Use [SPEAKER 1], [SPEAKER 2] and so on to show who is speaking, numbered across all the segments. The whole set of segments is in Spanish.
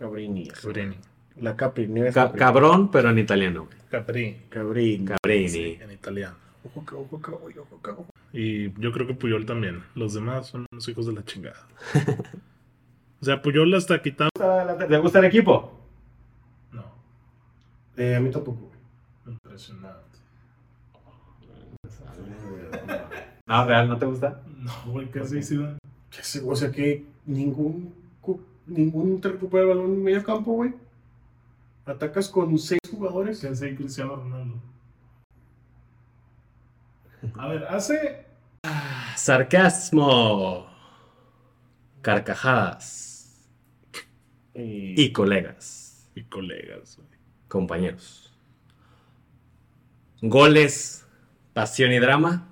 [SPEAKER 1] Cabrini.
[SPEAKER 2] Cabrini.
[SPEAKER 1] La Caprini. no es
[SPEAKER 3] Ca-
[SPEAKER 1] Caprini.
[SPEAKER 3] cabrón, pero en italiano. güey.
[SPEAKER 2] Capri,
[SPEAKER 1] Cabrini.
[SPEAKER 3] Cabrini.
[SPEAKER 2] en italiano.
[SPEAKER 1] Ojo, ca- ojo, ca- ojo, ojo, ca- ojo.
[SPEAKER 2] Y yo creo que Puyol también. Los demás son unos hijos de la chingada. O sea, Puyol hasta quitado.
[SPEAKER 3] ¿Te gusta el equipo?
[SPEAKER 2] No,
[SPEAKER 1] Eh, a mí tampoco.
[SPEAKER 2] impresionante.
[SPEAKER 3] No, real, ¿no te gusta?
[SPEAKER 2] No, güey, casi ciudad.
[SPEAKER 1] Ya sé, O sea que ningún, cu- ningún te recupera el balón en medio campo, güey. Atacas con seis jugadores.
[SPEAKER 2] Casi Cristiano Ronaldo. A ver, hace.
[SPEAKER 3] Sarcasmo. Carcajadas.
[SPEAKER 1] Y
[SPEAKER 3] Y colegas.
[SPEAKER 2] Y colegas, güey.
[SPEAKER 3] Compañeros. Goles. Pasión y drama.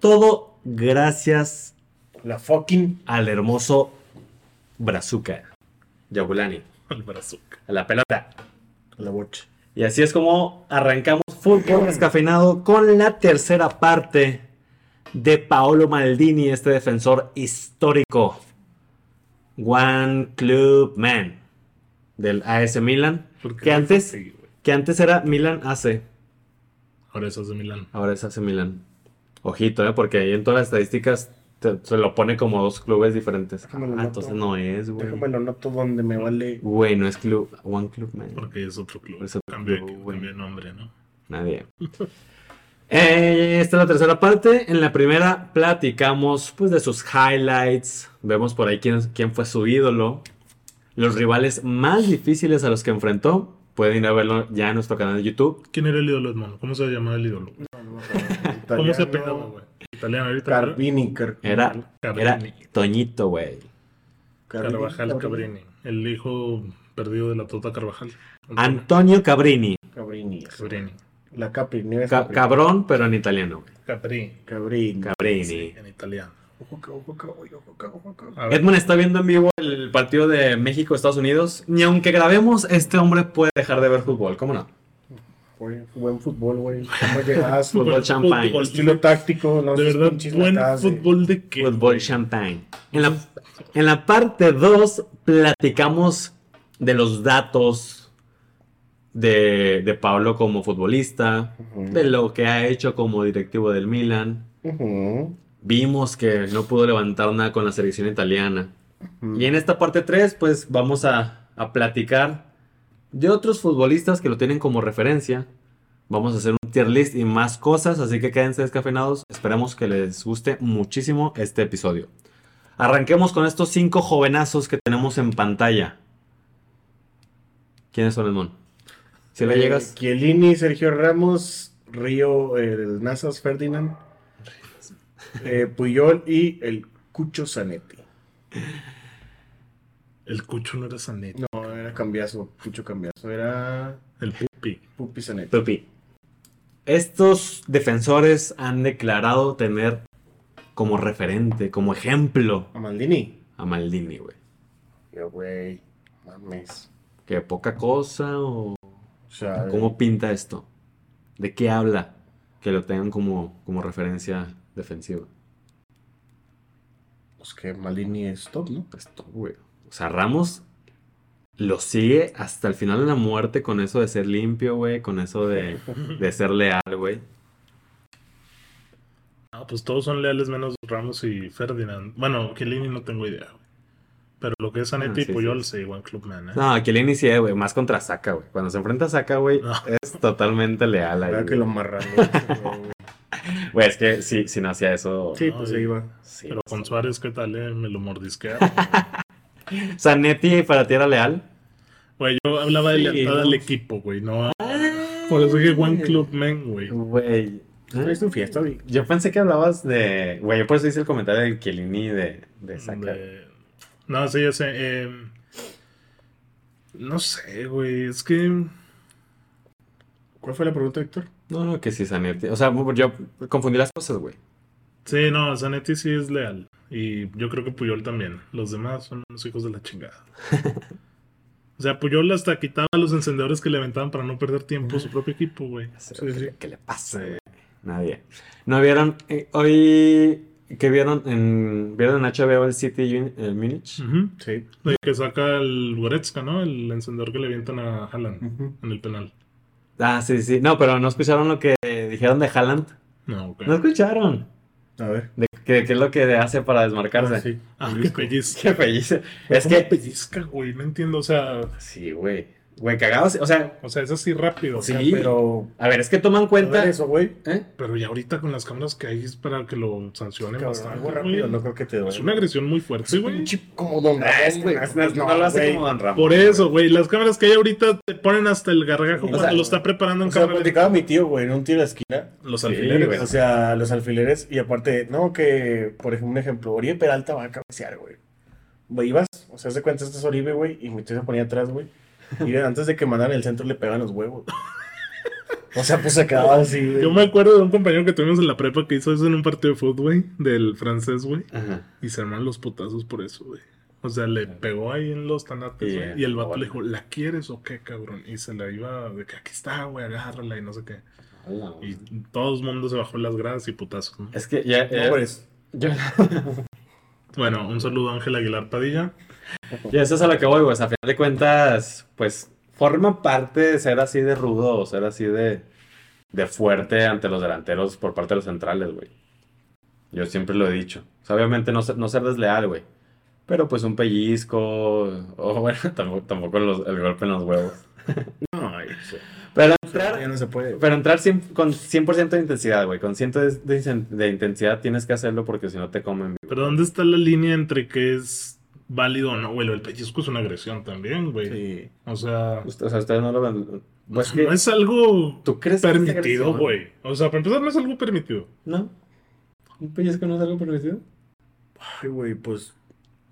[SPEAKER 3] Todo gracias
[SPEAKER 1] la fucking.
[SPEAKER 3] al hermoso Brazuca. Yogulani.
[SPEAKER 2] Al brazuca.
[SPEAKER 3] A la pelota.
[SPEAKER 1] La bocha.
[SPEAKER 3] Y así es como arrancamos Fútbol Descafeinado con la tercera parte de Paolo Maldini, este defensor histórico. One Club Man del AS Milan,
[SPEAKER 2] ¿Por qué
[SPEAKER 3] que antes,
[SPEAKER 2] Sí, güey.
[SPEAKER 3] que antes era Milan AC,
[SPEAKER 2] Ahora eso es de Milán.
[SPEAKER 3] ahora es AC Milan. Ojito, ¿eh? porque ahí en todas las estadísticas te- se lo pone como dos clubes diferentes.
[SPEAKER 1] Déjame lo
[SPEAKER 3] Ah,
[SPEAKER 1] noto.
[SPEAKER 3] entonces no es, güey.
[SPEAKER 1] Déjame lo noto donde me vale.
[SPEAKER 3] Güey, no es club, One Club Man.
[SPEAKER 2] Porque es otro club.
[SPEAKER 3] Es otro
[SPEAKER 2] Cambio de
[SPEAKER 3] club,
[SPEAKER 2] equipo,
[SPEAKER 3] güey.
[SPEAKER 2] cambio de nombre, ¿no?
[SPEAKER 3] Nadie. Eh, esta es la tercera parte. En la primera platicamos pues, de sus highlights. Vemos por ahí quién, quién fue su ídolo. Los rivales más difíciles a los que enfrentó. Pueden ir a verlo ya en nuestro canal de YouTube.
[SPEAKER 2] ¿Quién era el ídolo, hermano? ¿Cómo se llamaba el ídolo? güey? ¿Cómo se apellidaba, güey? Italiano, ahorita. ¿verdad?
[SPEAKER 1] Carbini, Car-
[SPEAKER 3] Era, era
[SPEAKER 2] Cabrini.
[SPEAKER 3] Toñito, güey.
[SPEAKER 1] Carbini,
[SPEAKER 2] Carvajal Cabrini. El hijo perdido de la Tota Carvajal.
[SPEAKER 3] Ah, Antonio Cabrini.
[SPEAKER 1] Cabrini.
[SPEAKER 2] Cabrini.
[SPEAKER 1] La Caprini. no es
[SPEAKER 3] Ca-
[SPEAKER 1] Caprini.
[SPEAKER 3] cabrón, pero en italiano. güey.
[SPEAKER 2] Capri,
[SPEAKER 1] Cabrini.
[SPEAKER 3] Cabrini.
[SPEAKER 2] en italiano.
[SPEAKER 1] Ojo, ca- ojo, ca- ojo, ca- ojo, ca-
[SPEAKER 2] A ver,
[SPEAKER 3] Edmund está viendo en vivo el partido de México-Estados Unidos. Ni aunque grabemos, este hombre puede dejar de ver fútbol. ¿Cómo no?
[SPEAKER 1] Güey, Buen fútbol, güey. ¿Cómo llegas?
[SPEAKER 3] Fútbol champagne.
[SPEAKER 2] fútbol,
[SPEAKER 1] Estilo táctico, no
[SPEAKER 2] de
[SPEAKER 1] haces
[SPEAKER 2] verdad,
[SPEAKER 1] pinches
[SPEAKER 2] buen
[SPEAKER 1] latadas de-
[SPEAKER 2] fútbol de qué?
[SPEAKER 3] Fútbol Champagne. En la, en la parte 2 platicamos de los datos de, de Pablo como futbolista,
[SPEAKER 1] Ujú.
[SPEAKER 3] de lo que ha hecho como directivo del Milan.
[SPEAKER 1] Ujú.
[SPEAKER 3] Vimos que no pudo levantar nada con la selección italiana.
[SPEAKER 1] Ujú.
[SPEAKER 3] Y en esta parte 3, pues vamos a, a platicar de otros futbolistas que lo tienen como referencia. Vamos a hacer un tier list y más cosas, así que quédense descafeinados. Esperemos que les guste muchísimo este episodio. Arranquemos con estos cinco jovenazos que tenemos en pantalla. ¿Quiénes son, Edmond? Si le
[SPEAKER 1] Eh,
[SPEAKER 3] llegas,
[SPEAKER 1] Chiellini, Sergio Ramos, Río, eh, el Nazas Ferdinand, eh, Puyol y el Cucho Zanetti.
[SPEAKER 2] El cucho no era Zanetti.
[SPEAKER 1] No, era cambiazo, Cucho cambiazo, era
[SPEAKER 2] El pupi.
[SPEAKER 1] Pupi Zanetti.
[SPEAKER 3] Tupi. Estos defensores han declarado tener como referente, como ejemplo
[SPEAKER 1] A Maldini.
[SPEAKER 3] a Maldini, güey.
[SPEAKER 1] Yo, güey, mames.
[SPEAKER 3] que poca cosa o
[SPEAKER 1] O sea,
[SPEAKER 3] cómo pinta esto? ¿De qué habla que lo tengan como, como referencia defensiva?
[SPEAKER 1] pues que Maldini es top, ¿no?
[SPEAKER 3] Pues todo, güey. O sea, Ramos lo sigue hasta el final de la muerte con eso de ser limpio, güey, con eso de, de ser leal, güey.
[SPEAKER 2] Ah, pues todos son leales menos Ramos y Ferdinand. Bueno, Chiellini no tengo idea, güey. Pero lo que es Zanetti
[SPEAKER 3] Ah, sí,
[SPEAKER 2] y Puyol,
[SPEAKER 3] sí.
[SPEAKER 2] sí, buen clubman, ¿eh?
[SPEAKER 3] No, aquí le inicié, güey, más contra Saka, güey. Cuando se enfrenta a Saka, güey,
[SPEAKER 2] No.
[SPEAKER 3] es totalmente leal ahí.
[SPEAKER 1] Claro que
[SPEAKER 3] Güey,
[SPEAKER 1] lo marrano. güey.
[SPEAKER 3] Güey, es que si, si no hacía eso...
[SPEAKER 1] sí, pues ahí va.
[SPEAKER 3] sí.
[SPEAKER 2] Pero con Suárez, ¿qué tal, eh? Me lo mordisquea.
[SPEAKER 3] Zanetti para ti era leal.
[SPEAKER 2] Güey, yo hablaba de
[SPEAKER 3] Sí,
[SPEAKER 2] lealtad
[SPEAKER 3] no.
[SPEAKER 2] al equipo, güey. No, a- por eso dije buen clubman, güey.
[SPEAKER 3] Güey.
[SPEAKER 1] Es tu fiesta, güey.
[SPEAKER 3] Yo pensé que hablabas de. Güey, yo por eso hice el comentario de Chiellini de, de Saka.
[SPEAKER 2] De- No, sí, ya sé. eh, No sé, güey. Es que.
[SPEAKER 1] ¿Cuál fue la pregunta, Héctor?
[SPEAKER 3] No, no, que sí, Zanetti. O sea, yo confundí las cosas, güey.
[SPEAKER 2] Sí, no, Zanetti sí es leal. Y yo creo que Puyol también. Los demás son unos hijos de la chingada. O sea, Puyol hasta quitaba los encendedores que le aventaban para no perder tiempo su propio equipo, güey.
[SPEAKER 3] Sí,
[SPEAKER 1] sí.
[SPEAKER 3] ¿Qué le pasa, güey? Nadie. ¿No vieron? Eh, hoy que vieron en, vieron en HBO el City Mun- eh,
[SPEAKER 1] Mm.
[SPEAKER 3] Múnich.
[SPEAKER 2] Ujú.
[SPEAKER 1] Sí.
[SPEAKER 2] El que saca el Goretzka, ¿no? El encendedor que le avientan a Haaland en el penal.
[SPEAKER 3] Ah, sí, sí. No, pero no escucharon lo que dijeron de Haaland.
[SPEAKER 2] No, ok.
[SPEAKER 1] Mm.
[SPEAKER 3] No escucharon.
[SPEAKER 1] A ver.
[SPEAKER 3] De que, que es lo que hace para desmarcarse.
[SPEAKER 1] Ah, sí.
[SPEAKER 2] Ah, qué pellizca.
[SPEAKER 3] Qué pellizco. Es
[SPEAKER 2] ¿Cómo
[SPEAKER 3] que.
[SPEAKER 2] pellizca, güey. No entiendo, o sea,
[SPEAKER 3] Sí, güey. Güey, cagados. O sea,
[SPEAKER 2] o sea, es así rápido.
[SPEAKER 3] Sí.
[SPEAKER 2] o sea,
[SPEAKER 1] Pero.
[SPEAKER 3] a ver, es que toman
[SPEAKER 1] a ver
[SPEAKER 3] cuenta.
[SPEAKER 1] eso, güey.
[SPEAKER 3] ¿Eh?
[SPEAKER 2] pero ya ahorita con las cámaras que hay es para que lo sancionen
[SPEAKER 1] Cabrón,
[SPEAKER 2] bastante.
[SPEAKER 1] algo
[SPEAKER 2] güey.
[SPEAKER 1] rápido, no creo que te duele.
[SPEAKER 2] Es una agresión muy fuerte, güey.
[SPEAKER 1] Pinche como don
[SPEAKER 3] Ah, es
[SPEAKER 1] Ramón,
[SPEAKER 3] que no, no lo hace
[SPEAKER 1] güey.
[SPEAKER 3] como Don Ramón.
[SPEAKER 2] Por eso, güey. Las cámaras que hay ahorita te ponen hasta el gargajo
[SPEAKER 1] Sí, o
[SPEAKER 2] cuando
[SPEAKER 3] sea, pues,
[SPEAKER 2] lo está preparando en
[SPEAKER 1] O sea,
[SPEAKER 2] cámara. lenta.
[SPEAKER 1] platicaba mi tío, güey, en un tiro de esquina.
[SPEAKER 2] Los
[SPEAKER 3] Sí,
[SPEAKER 2] alfileres.
[SPEAKER 3] güey.
[SPEAKER 1] O sea, los alfileres. Y aparte, no, que, por ejemplo, un ejemplo, Oribe Peralta va a cabecear, güey. Güey, ibas, o sea, se cuenta, este es Oribe, güey, y mi tío se ponía atrás, güey. Y antes de que mandaran el centro le pegaban los huevos. O sea, pues se quedaba así, güey.
[SPEAKER 2] Yo me acuerdo de un compañero que tuvimos en la prepa que hizo eso en un partido de fútbol, güey, del francés, güey.
[SPEAKER 3] Ajá.
[SPEAKER 2] Y se armaron los putazos por eso, güey. O sea, le pegó ahí en los tanates, güey.
[SPEAKER 3] Yeah.
[SPEAKER 2] Y el vato le
[SPEAKER 3] Órale.
[SPEAKER 2] dijo, ¿la quieres o qué, cabrón? Y se la iba de que aquí está, güey, agárrala y no sé qué. Y todo el mundo se bajó en las gradas y putazos, ¿no?
[SPEAKER 3] Es que ya. ya-
[SPEAKER 1] Pobres.
[SPEAKER 3] yo-
[SPEAKER 2] Bueno, un saludo a Ángel Aguilar Padilla.
[SPEAKER 3] Y eso es a lo que voy, güey. O sea, a final de cuentas, pues forma parte de ser así de rudo o ser así de, de fuerte ante los delanteros por parte de los centrales, güey. Yo siempre lo he dicho. O sea, obviamente no ser, no ser desleal, güey. Pero pues un pellizco, o bueno, tampoco, tampoco los- el golpe en los huevos.
[SPEAKER 1] No, eso-
[SPEAKER 3] Pero
[SPEAKER 1] ya
[SPEAKER 3] entrar,
[SPEAKER 1] no se puede.
[SPEAKER 3] pero entrar cien- con 100% de intensidad, güey. Con 100% de, de incen- de intensidad tienes que hacerlo porque si no te comen.
[SPEAKER 2] Pero ¿dónde está la línea entre que es válido o no, güey? Lo del pellizco es una agresión también, güey.
[SPEAKER 1] Sí.
[SPEAKER 2] O sea,
[SPEAKER 3] Usted- o sea, ustedes no lo ven. Pues que,
[SPEAKER 2] no es algo
[SPEAKER 3] ¿Tú crees que es
[SPEAKER 2] permitido,
[SPEAKER 3] agresión?
[SPEAKER 2] güey. O sea, para empezar, no es algo permitido.
[SPEAKER 3] ¿No? ¿Un pellizco no es algo permitido?
[SPEAKER 1] Ay, güey, pues.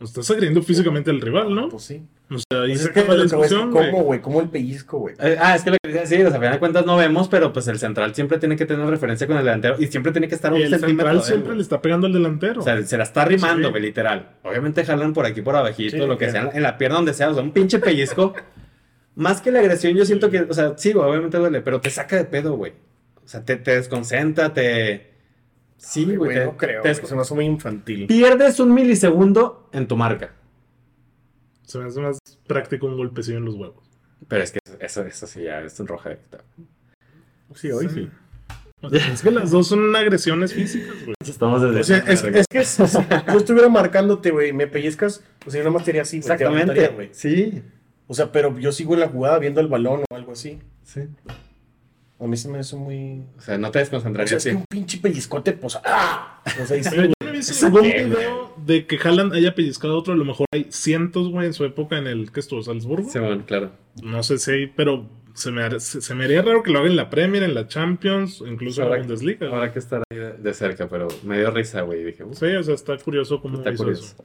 [SPEAKER 2] Estás agrediendo físicamente al rival, ¿no?
[SPEAKER 1] Pues sí.
[SPEAKER 2] O sea, ahí
[SPEAKER 1] Pues
[SPEAKER 2] se
[SPEAKER 1] es que
[SPEAKER 2] acaba la
[SPEAKER 1] lo que voy es que
[SPEAKER 2] discusión, güey.
[SPEAKER 1] ¿Cómo, güey? ¿Cómo el pellizco, güey?
[SPEAKER 3] Eh, ah, es que lo que decía, sí, o sea, a final de cuentas no vemos, pero pues el central siempre tiene que tener referencia con el delantero y siempre tiene que estar un
[SPEAKER 2] Y el
[SPEAKER 3] centímetro.
[SPEAKER 2] central
[SPEAKER 3] de él,
[SPEAKER 2] siempre
[SPEAKER 3] güey.
[SPEAKER 2] le está pegando al delantero.
[SPEAKER 3] O sea, se la está rimando,
[SPEAKER 2] Sí.
[SPEAKER 3] güey, literal. Obviamente jalan por aquí, por abajito,
[SPEAKER 1] Sí,
[SPEAKER 3] lo que
[SPEAKER 1] claro.
[SPEAKER 3] sea, en la pierna donde sea, o sea, un pinche pellizco. Más que la agresión, yo siento que, o sea, sí, güey, obviamente duele, pero te saca de pedo, güey. O sea, te, te desconcentra, te... Sí,
[SPEAKER 1] Ay,
[SPEAKER 3] güey, te-
[SPEAKER 1] no creo.
[SPEAKER 3] te
[SPEAKER 1] güey,
[SPEAKER 3] descon-
[SPEAKER 1] Se me hace muy infantil.
[SPEAKER 3] Pierdes un milisegundo en tu marca.
[SPEAKER 2] Se me hace más práctico un golpecillo en los huevos.
[SPEAKER 3] Pero es que eso, eso sí, ya es un roja de
[SPEAKER 1] Sí, hoy
[SPEAKER 2] Sí.
[SPEAKER 1] sí.
[SPEAKER 2] O sea, es que las dos son agresiones físicas, güey.
[SPEAKER 3] Estamos desde...
[SPEAKER 1] O sea, es, es que si yo estuviera marcándote, güey, y me pellizcas, pues yo nomás te haría así, güey. te aventaría,
[SPEAKER 3] Exactamente,
[SPEAKER 1] güey.
[SPEAKER 3] sí.
[SPEAKER 1] O sea, pero yo sigo en la jugada viendo el balón o algo así.
[SPEAKER 3] Sí.
[SPEAKER 1] A mí se me hace muy.
[SPEAKER 3] O sea, no te
[SPEAKER 1] O sea,
[SPEAKER 3] desconcentrarías.
[SPEAKER 1] Pues es que un pinche pellizcote, pues. ¡Ah! O sea, y sí,
[SPEAKER 2] Oye,
[SPEAKER 1] güey.
[SPEAKER 2] Yo no he visto
[SPEAKER 1] Ese
[SPEAKER 2] ningún
[SPEAKER 1] golpe,
[SPEAKER 2] video de que Haaland haya pellizcado a otro. A lo mejor hay cientos, güey, en su época en el que estuvo Salzburgo.
[SPEAKER 3] Sí, bueno, claro.
[SPEAKER 2] No sé si hay, pero se me, har- se, se me haría raro que lo haga en la Premier, en la Champions, incluso en la
[SPEAKER 3] Ahora-
[SPEAKER 2] Bundesliga. güey.
[SPEAKER 3] Habrá que estar ahí de, de cerca, pero me dio risa, güey. Dije, uff,
[SPEAKER 2] Sí, o sea, está curioso cómo
[SPEAKER 3] está
[SPEAKER 2] hizo
[SPEAKER 3] curioso.
[SPEAKER 2] eso.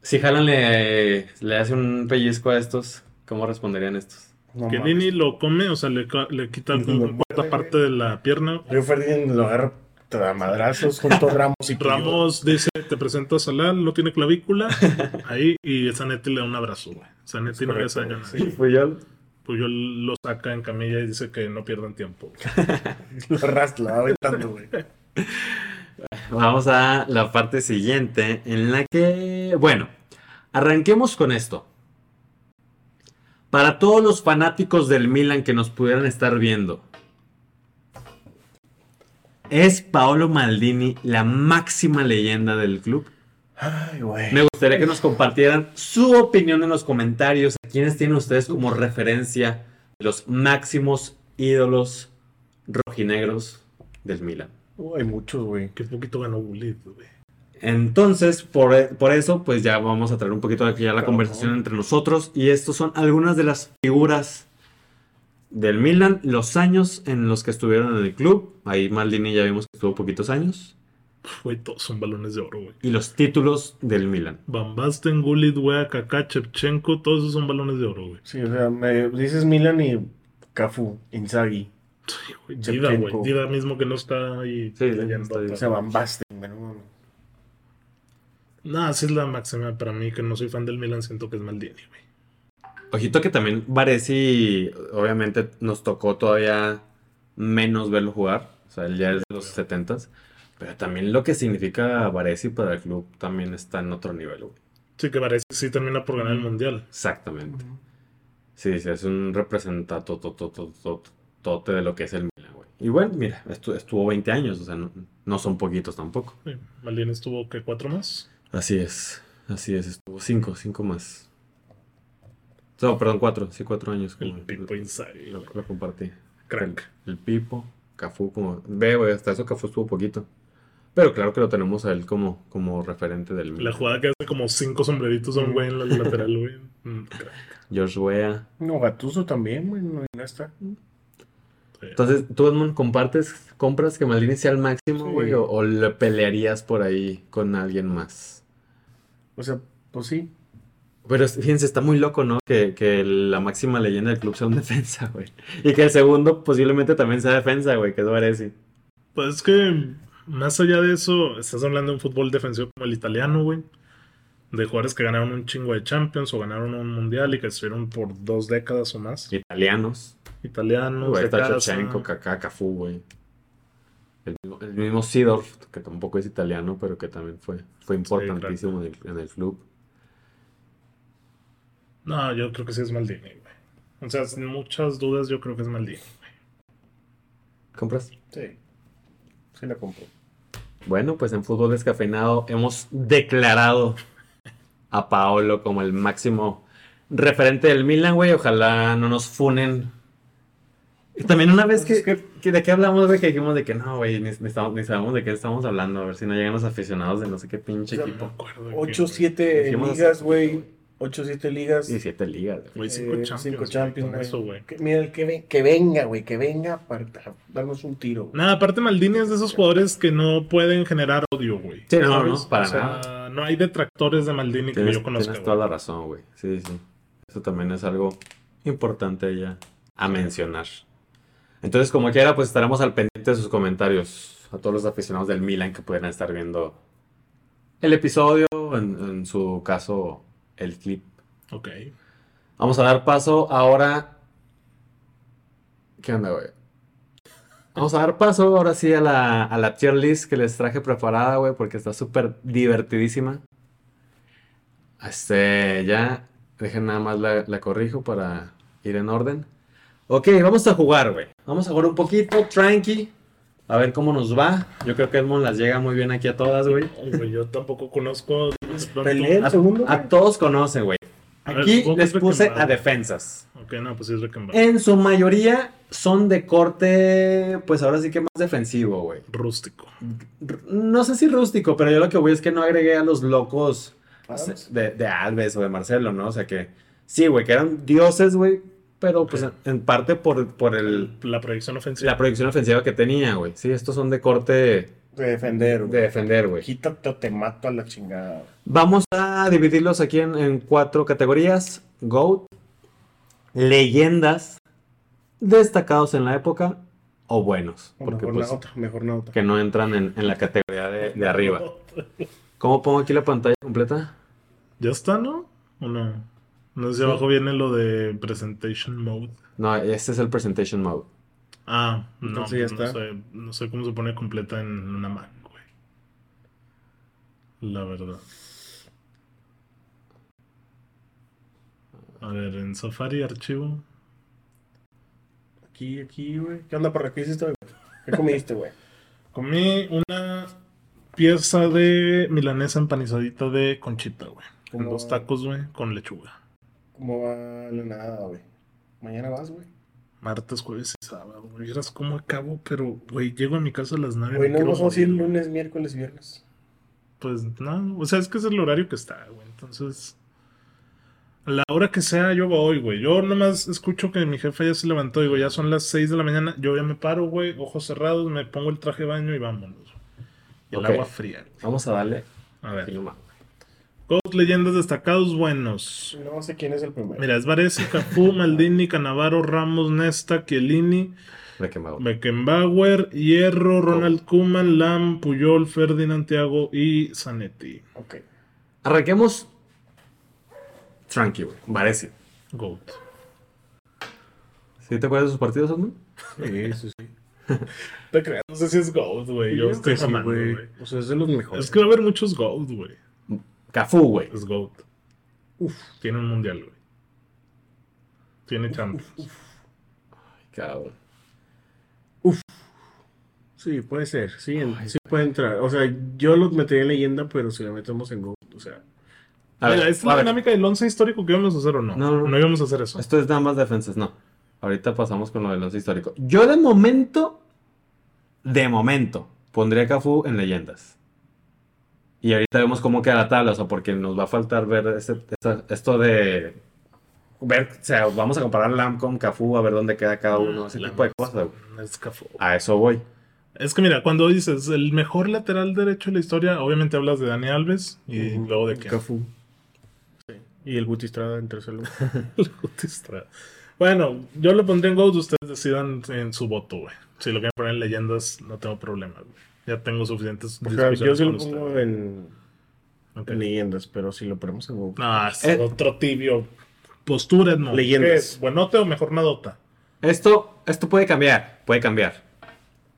[SPEAKER 3] Si Jalan le, le hace un pellizco a estos, ¿cómo responderían estos?
[SPEAKER 1] No
[SPEAKER 2] Que
[SPEAKER 1] mames.
[SPEAKER 2] Nini lo come, o sea, le, ca- le quita
[SPEAKER 1] Lo
[SPEAKER 2] como
[SPEAKER 1] muerde,
[SPEAKER 2] cuarta
[SPEAKER 1] güey.
[SPEAKER 2] parte de la pierna.
[SPEAKER 1] Río Ferdinand lo agarra a madrazos junto a Ramos y pues, Puyol.
[SPEAKER 2] Ramos dice, te presento a Salah, no tiene clavícula. Ahí, y Zanetti le da un abrazo, güey. Zanetti no le
[SPEAKER 1] correcto,
[SPEAKER 2] saca nada.
[SPEAKER 1] sí.
[SPEAKER 3] Puyol.
[SPEAKER 2] Puyol lo saca en camilla y dice que no pierdan tiempo. güey.
[SPEAKER 1] Lo arrastra, lo va aventando, güey.
[SPEAKER 3] Vamos a la parte siguiente en la que, bueno, arranquemos con esto. Para todos los fanáticos del Milan que nos pudieran estar viendo, ¿es Paolo Maldini la máxima leyenda del club?
[SPEAKER 1] Ay, güey.
[SPEAKER 3] Me gustaría que nos compartieran su opinión en los comentarios. ¿A quiénes tienen ustedes como referencia los máximos ídolos rojinegros del Milan?
[SPEAKER 1] Uy, Hay muchos, güey.
[SPEAKER 2] Que poquito ganó Bullitt, güey.
[SPEAKER 3] Entonces, por, por eso, pues ya vamos a traer un poquito de ya la
[SPEAKER 1] Claro.
[SPEAKER 3] conversación entre nosotros. Y estos son algunas de las figuras del Milan, los años en los que estuvieron en el club. Ahí Maldini ya vimos que estuvo poquitos años.
[SPEAKER 2] Güey, todos son balones de oro, güey.
[SPEAKER 3] Y los títulos del Milan.
[SPEAKER 2] Van Basten, Gullit, güey, Kaká, Chepchenko, todos esos son balones de oro, güey.
[SPEAKER 1] Sí, o sea, me dices Milan y Cafú, Inzaghi.
[SPEAKER 2] Sí, güey.
[SPEAKER 1] Shevchenko.
[SPEAKER 2] Diva, güey. Diva mismo que no está ahí.
[SPEAKER 3] Sí,
[SPEAKER 2] ya
[SPEAKER 3] no
[SPEAKER 2] en
[SPEAKER 3] está
[SPEAKER 2] Dota.
[SPEAKER 1] O sea, Van Basten, güey, no mames.
[SPEAKER 2] Nah, esa es la máxima para mí, que no soy fan del Milan, siento que es Maldini, güey.
[SPEAKER 3] Ojito que también Baresi, obviamente nos tocó todavía menos verlo jugar. O sea, él ya es de los 70s. Pero también lo que significa Varese para el club también está en otro nivel, güey.
[SPEAKER 2] Sí, que parece sí termina por ganar el mundial.
[SPEAKER 3] Exactamente. Sí, sí, es un representatote de lo que es el Milan, güey. Y bueno, mira, estu- estuvo 20 años, o sea, no, no son poquitos tampoco.
[SPEAKER 2] Sí, Maldini estuvo que cuatro más.
[SPEAKER 3] Así es, así es, estuvo 5, 5 más. No, perdón, 4, sí, 4 años.
[SPEAKER 2] El
[SPEAKER 3] como-
[SPEAKER 2] Pipo Inside.
[SPEAKER 3] Lo, lo compartí.
[SPEAKER 2] Crack.
[SPEAKER 3] El, el Pipo, Cafú, como. Ve, güey, hasta eso Cafú estuvo poquito. Pero claro que lo tenemos a él como, como referente del
[SPEAKER 2] La
[SPEAKER 3] Milan.
[SPEAKER 2] jugada que hace como cinco sombreritos a un güey en la lateral, güey. Mm, crack.
[SPEAKER 3] George Weah.
[SPEAKER 1] No, Gatuso también, güey, no, no está.
[SPEAKER 2] Sí.
[SPEAKER 3] Entonces, ¿tú, Edmund, compartes, compras que Maldini sea el máximo,
[SPEAKER 1] Sí.
[SPEAKER 3] güey? O, o le pelearías por ahí con alguien más?
[SPEAKER 1] O sea, pues sí.
[SPEAKER 3] Pero es- fíjense, está muy loco, ¿no? Que, que la máxima leyenda del club sea un defensa, güey. Y que el segundo posiblemente también sea defensa, güey, que es Varese.
[SPEAKER 2] Pues es que más allá de eso, estás hablando de un fútbol defensivo como el italiano, güey. De jugadores que ganaron un chingo de Champions o ganaron un mundial y que estuvieron por dos décadas o más.
[SPEAKER 3] Italianos.
[SPEAKER 2] Italianos,
[SPEAKER 3] Güey,
[SPEAKER 2] de
[SPEAKER 3] está
[SPEAKER 2] casa.
[SPEAKER 3] Shevchenko, Kaká, Cafú, güey. El mismo, el mismo Seedorf, que tampoco es italiano, pero que también fue, fue
[SPEAKER 2] claro.
[SPEAKER 3] importantísimo en, el, en el club.
[SPEAKER 2] No, yo creo que sí es Maldini, güey. O sea, sin muchas dudas, yo creo que es Maldini.
[SPEAKER 3] ¿Compras?
[SPEAKER 1] Sí. Sí la compro.
[SPEAKER 3] Bueno, pues en fútbol descafeinado hemos declarado a Paolo como el máximo referente del Milan, güey. Ojalá no nos funen. Y También una vez que,
[SPEAKER 1] Pues es
[SPEAKER 3] que de qué hablamos, güey, que dijimos de que no, güey, ni, ni estamos- ni sabemos de qué estamos hablando. A ver si no llegan los aficionados de no sé qué pinche
[SPEAKER 1] O sea,
[SPEAKER 3] equipo.
[SPEAKER 2] acuerdo.
[SPEAKER 1] 8-7
[SPEAKER 3] Dijimos-
[SPEAKER 1] ligas, güey. 8-7 ligas.
[SPEAKER 3] 17 ligas, güey.
[SPEAKER 2] Güey, cinco
[SPEAKER 1] Eh,
[SPEAKER 2] Champions.
[SPEAKER 1] cinco
[SPEAKER 2] güey,
[SPEAKER 1] Champions,
[SPEAKER 2] con
[SPEAKER 1] güey.
[SPEAKER 2] eso, güey.
[SPEAKER 1] Que- mira, el que, ve- que venga, güey, que venga para ta- darnos un tiro. güey.
[SPEAKER 2] Nada, aparte Maldini es de esos jugadores que no pueden generar odio, güey.
[SPEAKER 3] Sí, no, no,
[SPEAKER 2] ¿Sabes?
[SPEAKER 3] para
[SPEAKER 2] O sea,
[SPEAKER 3] nada.
[SPEAKER 2] no hay detractores de Maldini que
[SPEAKER 3] Tienes,
[SPEAKER 2] yo conozca,
[SPEAKER 3] tienes
[SPEAKER 2] güey.
[SPEAKER 3] toda la razón, güey. Sí, sí. Eso también es algo importante ya a mencionar. Entonces, como quiera, pues estaremos al pendiente de sus comentarios. A todos los aficionados del Milan que pudieran estar viendo el episodio, en, en su caso, el clip.
[SPEAKER 2] Ok.
[SPEAKER 3] Vamos a dar paso ahora. ¿Qué onda, güey? Vamos a dar paso ahora sí a la, a la tier list que les traje preparada, güey, porque está súper divertidísima. Este, ya, dejen nada más la, la corrijo para ir en orden. Ok, vamos a jugar, güey. Vamos a jugar un poquito, tranqui. A ver cómo nos va. Yo creo que Edmond las llega muy bien aquí a todas, güey.
[SPEAKER 2] Ay, güey, yo tampoco conozco.
[SPEAKER 1] Pelea el
[SPEAKER 3] A,
[SPEAKER 1] segundo.
[SPEAKER 2] Ah,
[SPEAKER 3] a todos conoce, güey.
[SPEAKER 2] A ver,
[SPEAKER 3] Aquí
[SPEAKER 2] supongo que
[SPEAKER 3] les
[SPEAKER 2] es de
[SPEAKER 3] puse
[SPEAKER 2] quemado.
[SPEAKER 3] a defensas.
[SPEAKER 2] Ok, no, pues sí es Beckenbauer.
[SPEAKER 3] En su mayoría son de corte, pues ahora sí que más defensivo, güey.
[SPEAKER 2] Rústico.
[SPEAKER 3] R- No sé si rústico, pero yo lo que voy es que no agregué a los locos
[SPEAKER 2] ah,
[SPEAKER 1] Adams.
[SPEAKER 3] se- de, de Alves o de Marcelo, ¿no? O sea que sí, güey, que eran dioses, güey, pero pues en, en parte por, por el,
[SPEAKER 2] La proyección ofensiva.
[SPEAKER 3] la proyección ofensiva que tenía, güey. Sí, estos son de corte
[SPEAKER 1] De defender,
[SPEAKER 3] de
[SPEAKER 1] güey.
[SPEAKER 3] defender, güey.
[SPEAKER 1] Quítate o te mato a la chingada. güey.
[SPEAKER 3] Vamos a dividirlos aquí en, en cuatro categorías. GOAT, leyendas, destacados en la época o buenos.
[SPEAKER 1] O
[SPEAKER 3] Porque
[SPEAKER 1] mejor
[SPEAKER 3] pues
[SPEAKER 1] la otra, mejor la otra.
[SPEAKER 3] que no entran en, en la categoría de, de arriba. ¿Cómo pongo aquí la pantalla completa?
[SPEAKER 2] ¿Ya está, no? ¿O no? No sé si abajo viene lo de presentation mode.
[SPEAKER 3] No, este es el presentation mode.
[SPEAKER 2] Ah, no,
[SPEAKER 1] Entonces ya
[SPEAKER 2] no
[SPEAKER 1] está.
[SPEAKER 2] sé, no sé cómo se pone completa en una Mac, güey. La verdad. A ver, en Safari, archivo.
[SPEAKER 1] Aquí, aquí, güey. ¿Qué onda, por ¿Qué hiciste, güey? ¿Qué comiste, güey?
[SPEAKER 2] Comí una pieza de milanesa empanizadita de conchita, güey. Con
[SPEAKER 1] Como-
[SPEAKER 2] dos tacos, güey, con lechuga.
[SPEAKER 1] ¿Cómo va la nada, güey? ¿Mañana vas, güey?
[SPEAKER 2] Martes, jueves y sábado, güey. Vieras cómo acabo, pero, güey, llego a mi casa a las nueve.
[SPEAKER 1] Güey,
[SPEAKER 2] me
[SPEAKER 1] no
[SPEAKER 2] quiero
[SPEAKER 1] nos vamos a ir
[SPEAKER 2] morir, güey.
[SPEAKER 1] lunes, miércoles, viernes.
[SPEAKER 2] Pues no, o sea, es que es el horario que está, güey. Entonces, a la hora que sea, yo voy, güey. Yo nomás escucho que mi jefe ya se levantó, digo, ya son las 6 de la mañana, yo ya me paro, güey, ojos cerrados, me pongo el traje de baño y vámonos. Y el
[SPEAKER 3] Ok.
[SPEAKER 2] agua fría.
[SPEAKER 3] Vamos a darle.
[SPEAKER 2] A ver.
[SPEAKER 3] clima.
[SPEAKER 2] Dos leyendas destacados buenos.
[SPEAKER 1] No sé quién es el primero.
[SPEAKER 2] Mira, es Varese, Cafú, Maldini, Canavaro, Ramos, Nesta, Chiellini,
[SPEAKER 3] De que me hago.
[SPEAKER 2] Beckenbauer, Hierro, Ronald Koeman, Lam, Puyol, Ferdinand, Thiago y Zanetti.
[SPEAKER 1] Ok.
[SPEAKER 3] Arranquemos. Tranqui, güey. Parece.
[SPEAKER 2] Goat.
[SPEAKER 3] ¿Sí te acuerdas de sus partidos, Edmund?
[SPEAKER 1] Sí, sí, sí.
[SPEAKER 2] Te creas, no sé si es GOAT, güey. Yo estoy
[SPEAKER 1] Sí,
[SPEAKER 2] jamando,
[SPEAKER 1] güey.
[SPEAKER 2] güey.
[SPEAKER 1] O sea, es de los mejores.
[SPEAKER 2] Es que va a haber muchos GOAT, güey.
[SPEAKER 3] Cafú, güey.
[SPEAKER 2] Es GOAT. Uf, tiene un mundial, güey. Tiene Champions.
[SPEAKER 3] Cabrón.
[SPEAKER 1] Sí, puede ser. Sí, en- sí puede entrar. O sea, yo lo metería en leyenda, pero si lo metemos en Go, o sea,
[SPEAKER 3] A
[SPEAKER 2] Mira,
[SPEAKER 3] ver,
[SPEAKER 2] ¿es
[SPEAKER 3] a
[SPEAKER 2] la
[SPEAKER 3] ver,
[SPEAKER 2] dinámica del once histórico que íbamos a hacer o no?
[SPEAKER 3] No,
[SPEAKER 2] No,
[SPEAKER 3] no, no.
[SPEAKER 2] íbamos a hacer eso.
[SPEAKER 3] Esto es nada más defensas, no. Ahorita pasamos con lo del once histórico. Yo de momento, de momento, pondría a Cafú en leyendas. Y ahorita vemos cómo queda la tabla, o sea, porque nos va a faltar ver este- esta- esto de... Ver, o sea, vamos a comparar Lam con Cafú, a ver dónde queda cada uno, ese
[SPEAKER 2] La
[SPEAKER 3] tipo de
[SPEAKER 2] más-
[SPEAKER 3] cosas. güey.
[SPEAKER 2] Es Cafú.
[SPEAKER 3] A eso voy.
[SPEAKER 2] Es que mira, cuando dices el mejor lateral derecho de la historia, obviamente hablas de Dani Alves y
[SPEAKER 1] Ujú.
[SPEAKER 2] luego de que
[SPEAKER 1] Cafú. Sí. Y el Guti Estrada en tercer lugar.
[SPEAKER 2] Bueno, yo lo pondría en Gold, ustedes decidan en su voto, güey. Si lo quieren poner en leyendas, no tengo problema, güey. Ya tengo suficientes
[SPEAKER 1] O sea, yo
[SPEAKER 2] discusiones
[SPEAKER 1] sí lo
[SPEAKER 2] con
[SPEAKER 1] pongo
[SPEAKER 2] ustedes.
[SPEAKER 1] en,
[SPEAKER 2] Ok.
[SPEAKER 1] en leyendas, pero si lo ponemos en Go.
[SPEAKER 2] No, es
[SPEAKER 3] Eh.
[SPEAKER 2] otro tibio. Postura, no.
[SPEAKER 1] Leyendas.
[SPEAKER 2] ¿Qué es? ¿Buenote o mejor nadota?
[SPEAKER 3] Esto, esto puede cambiar, puede cambiar.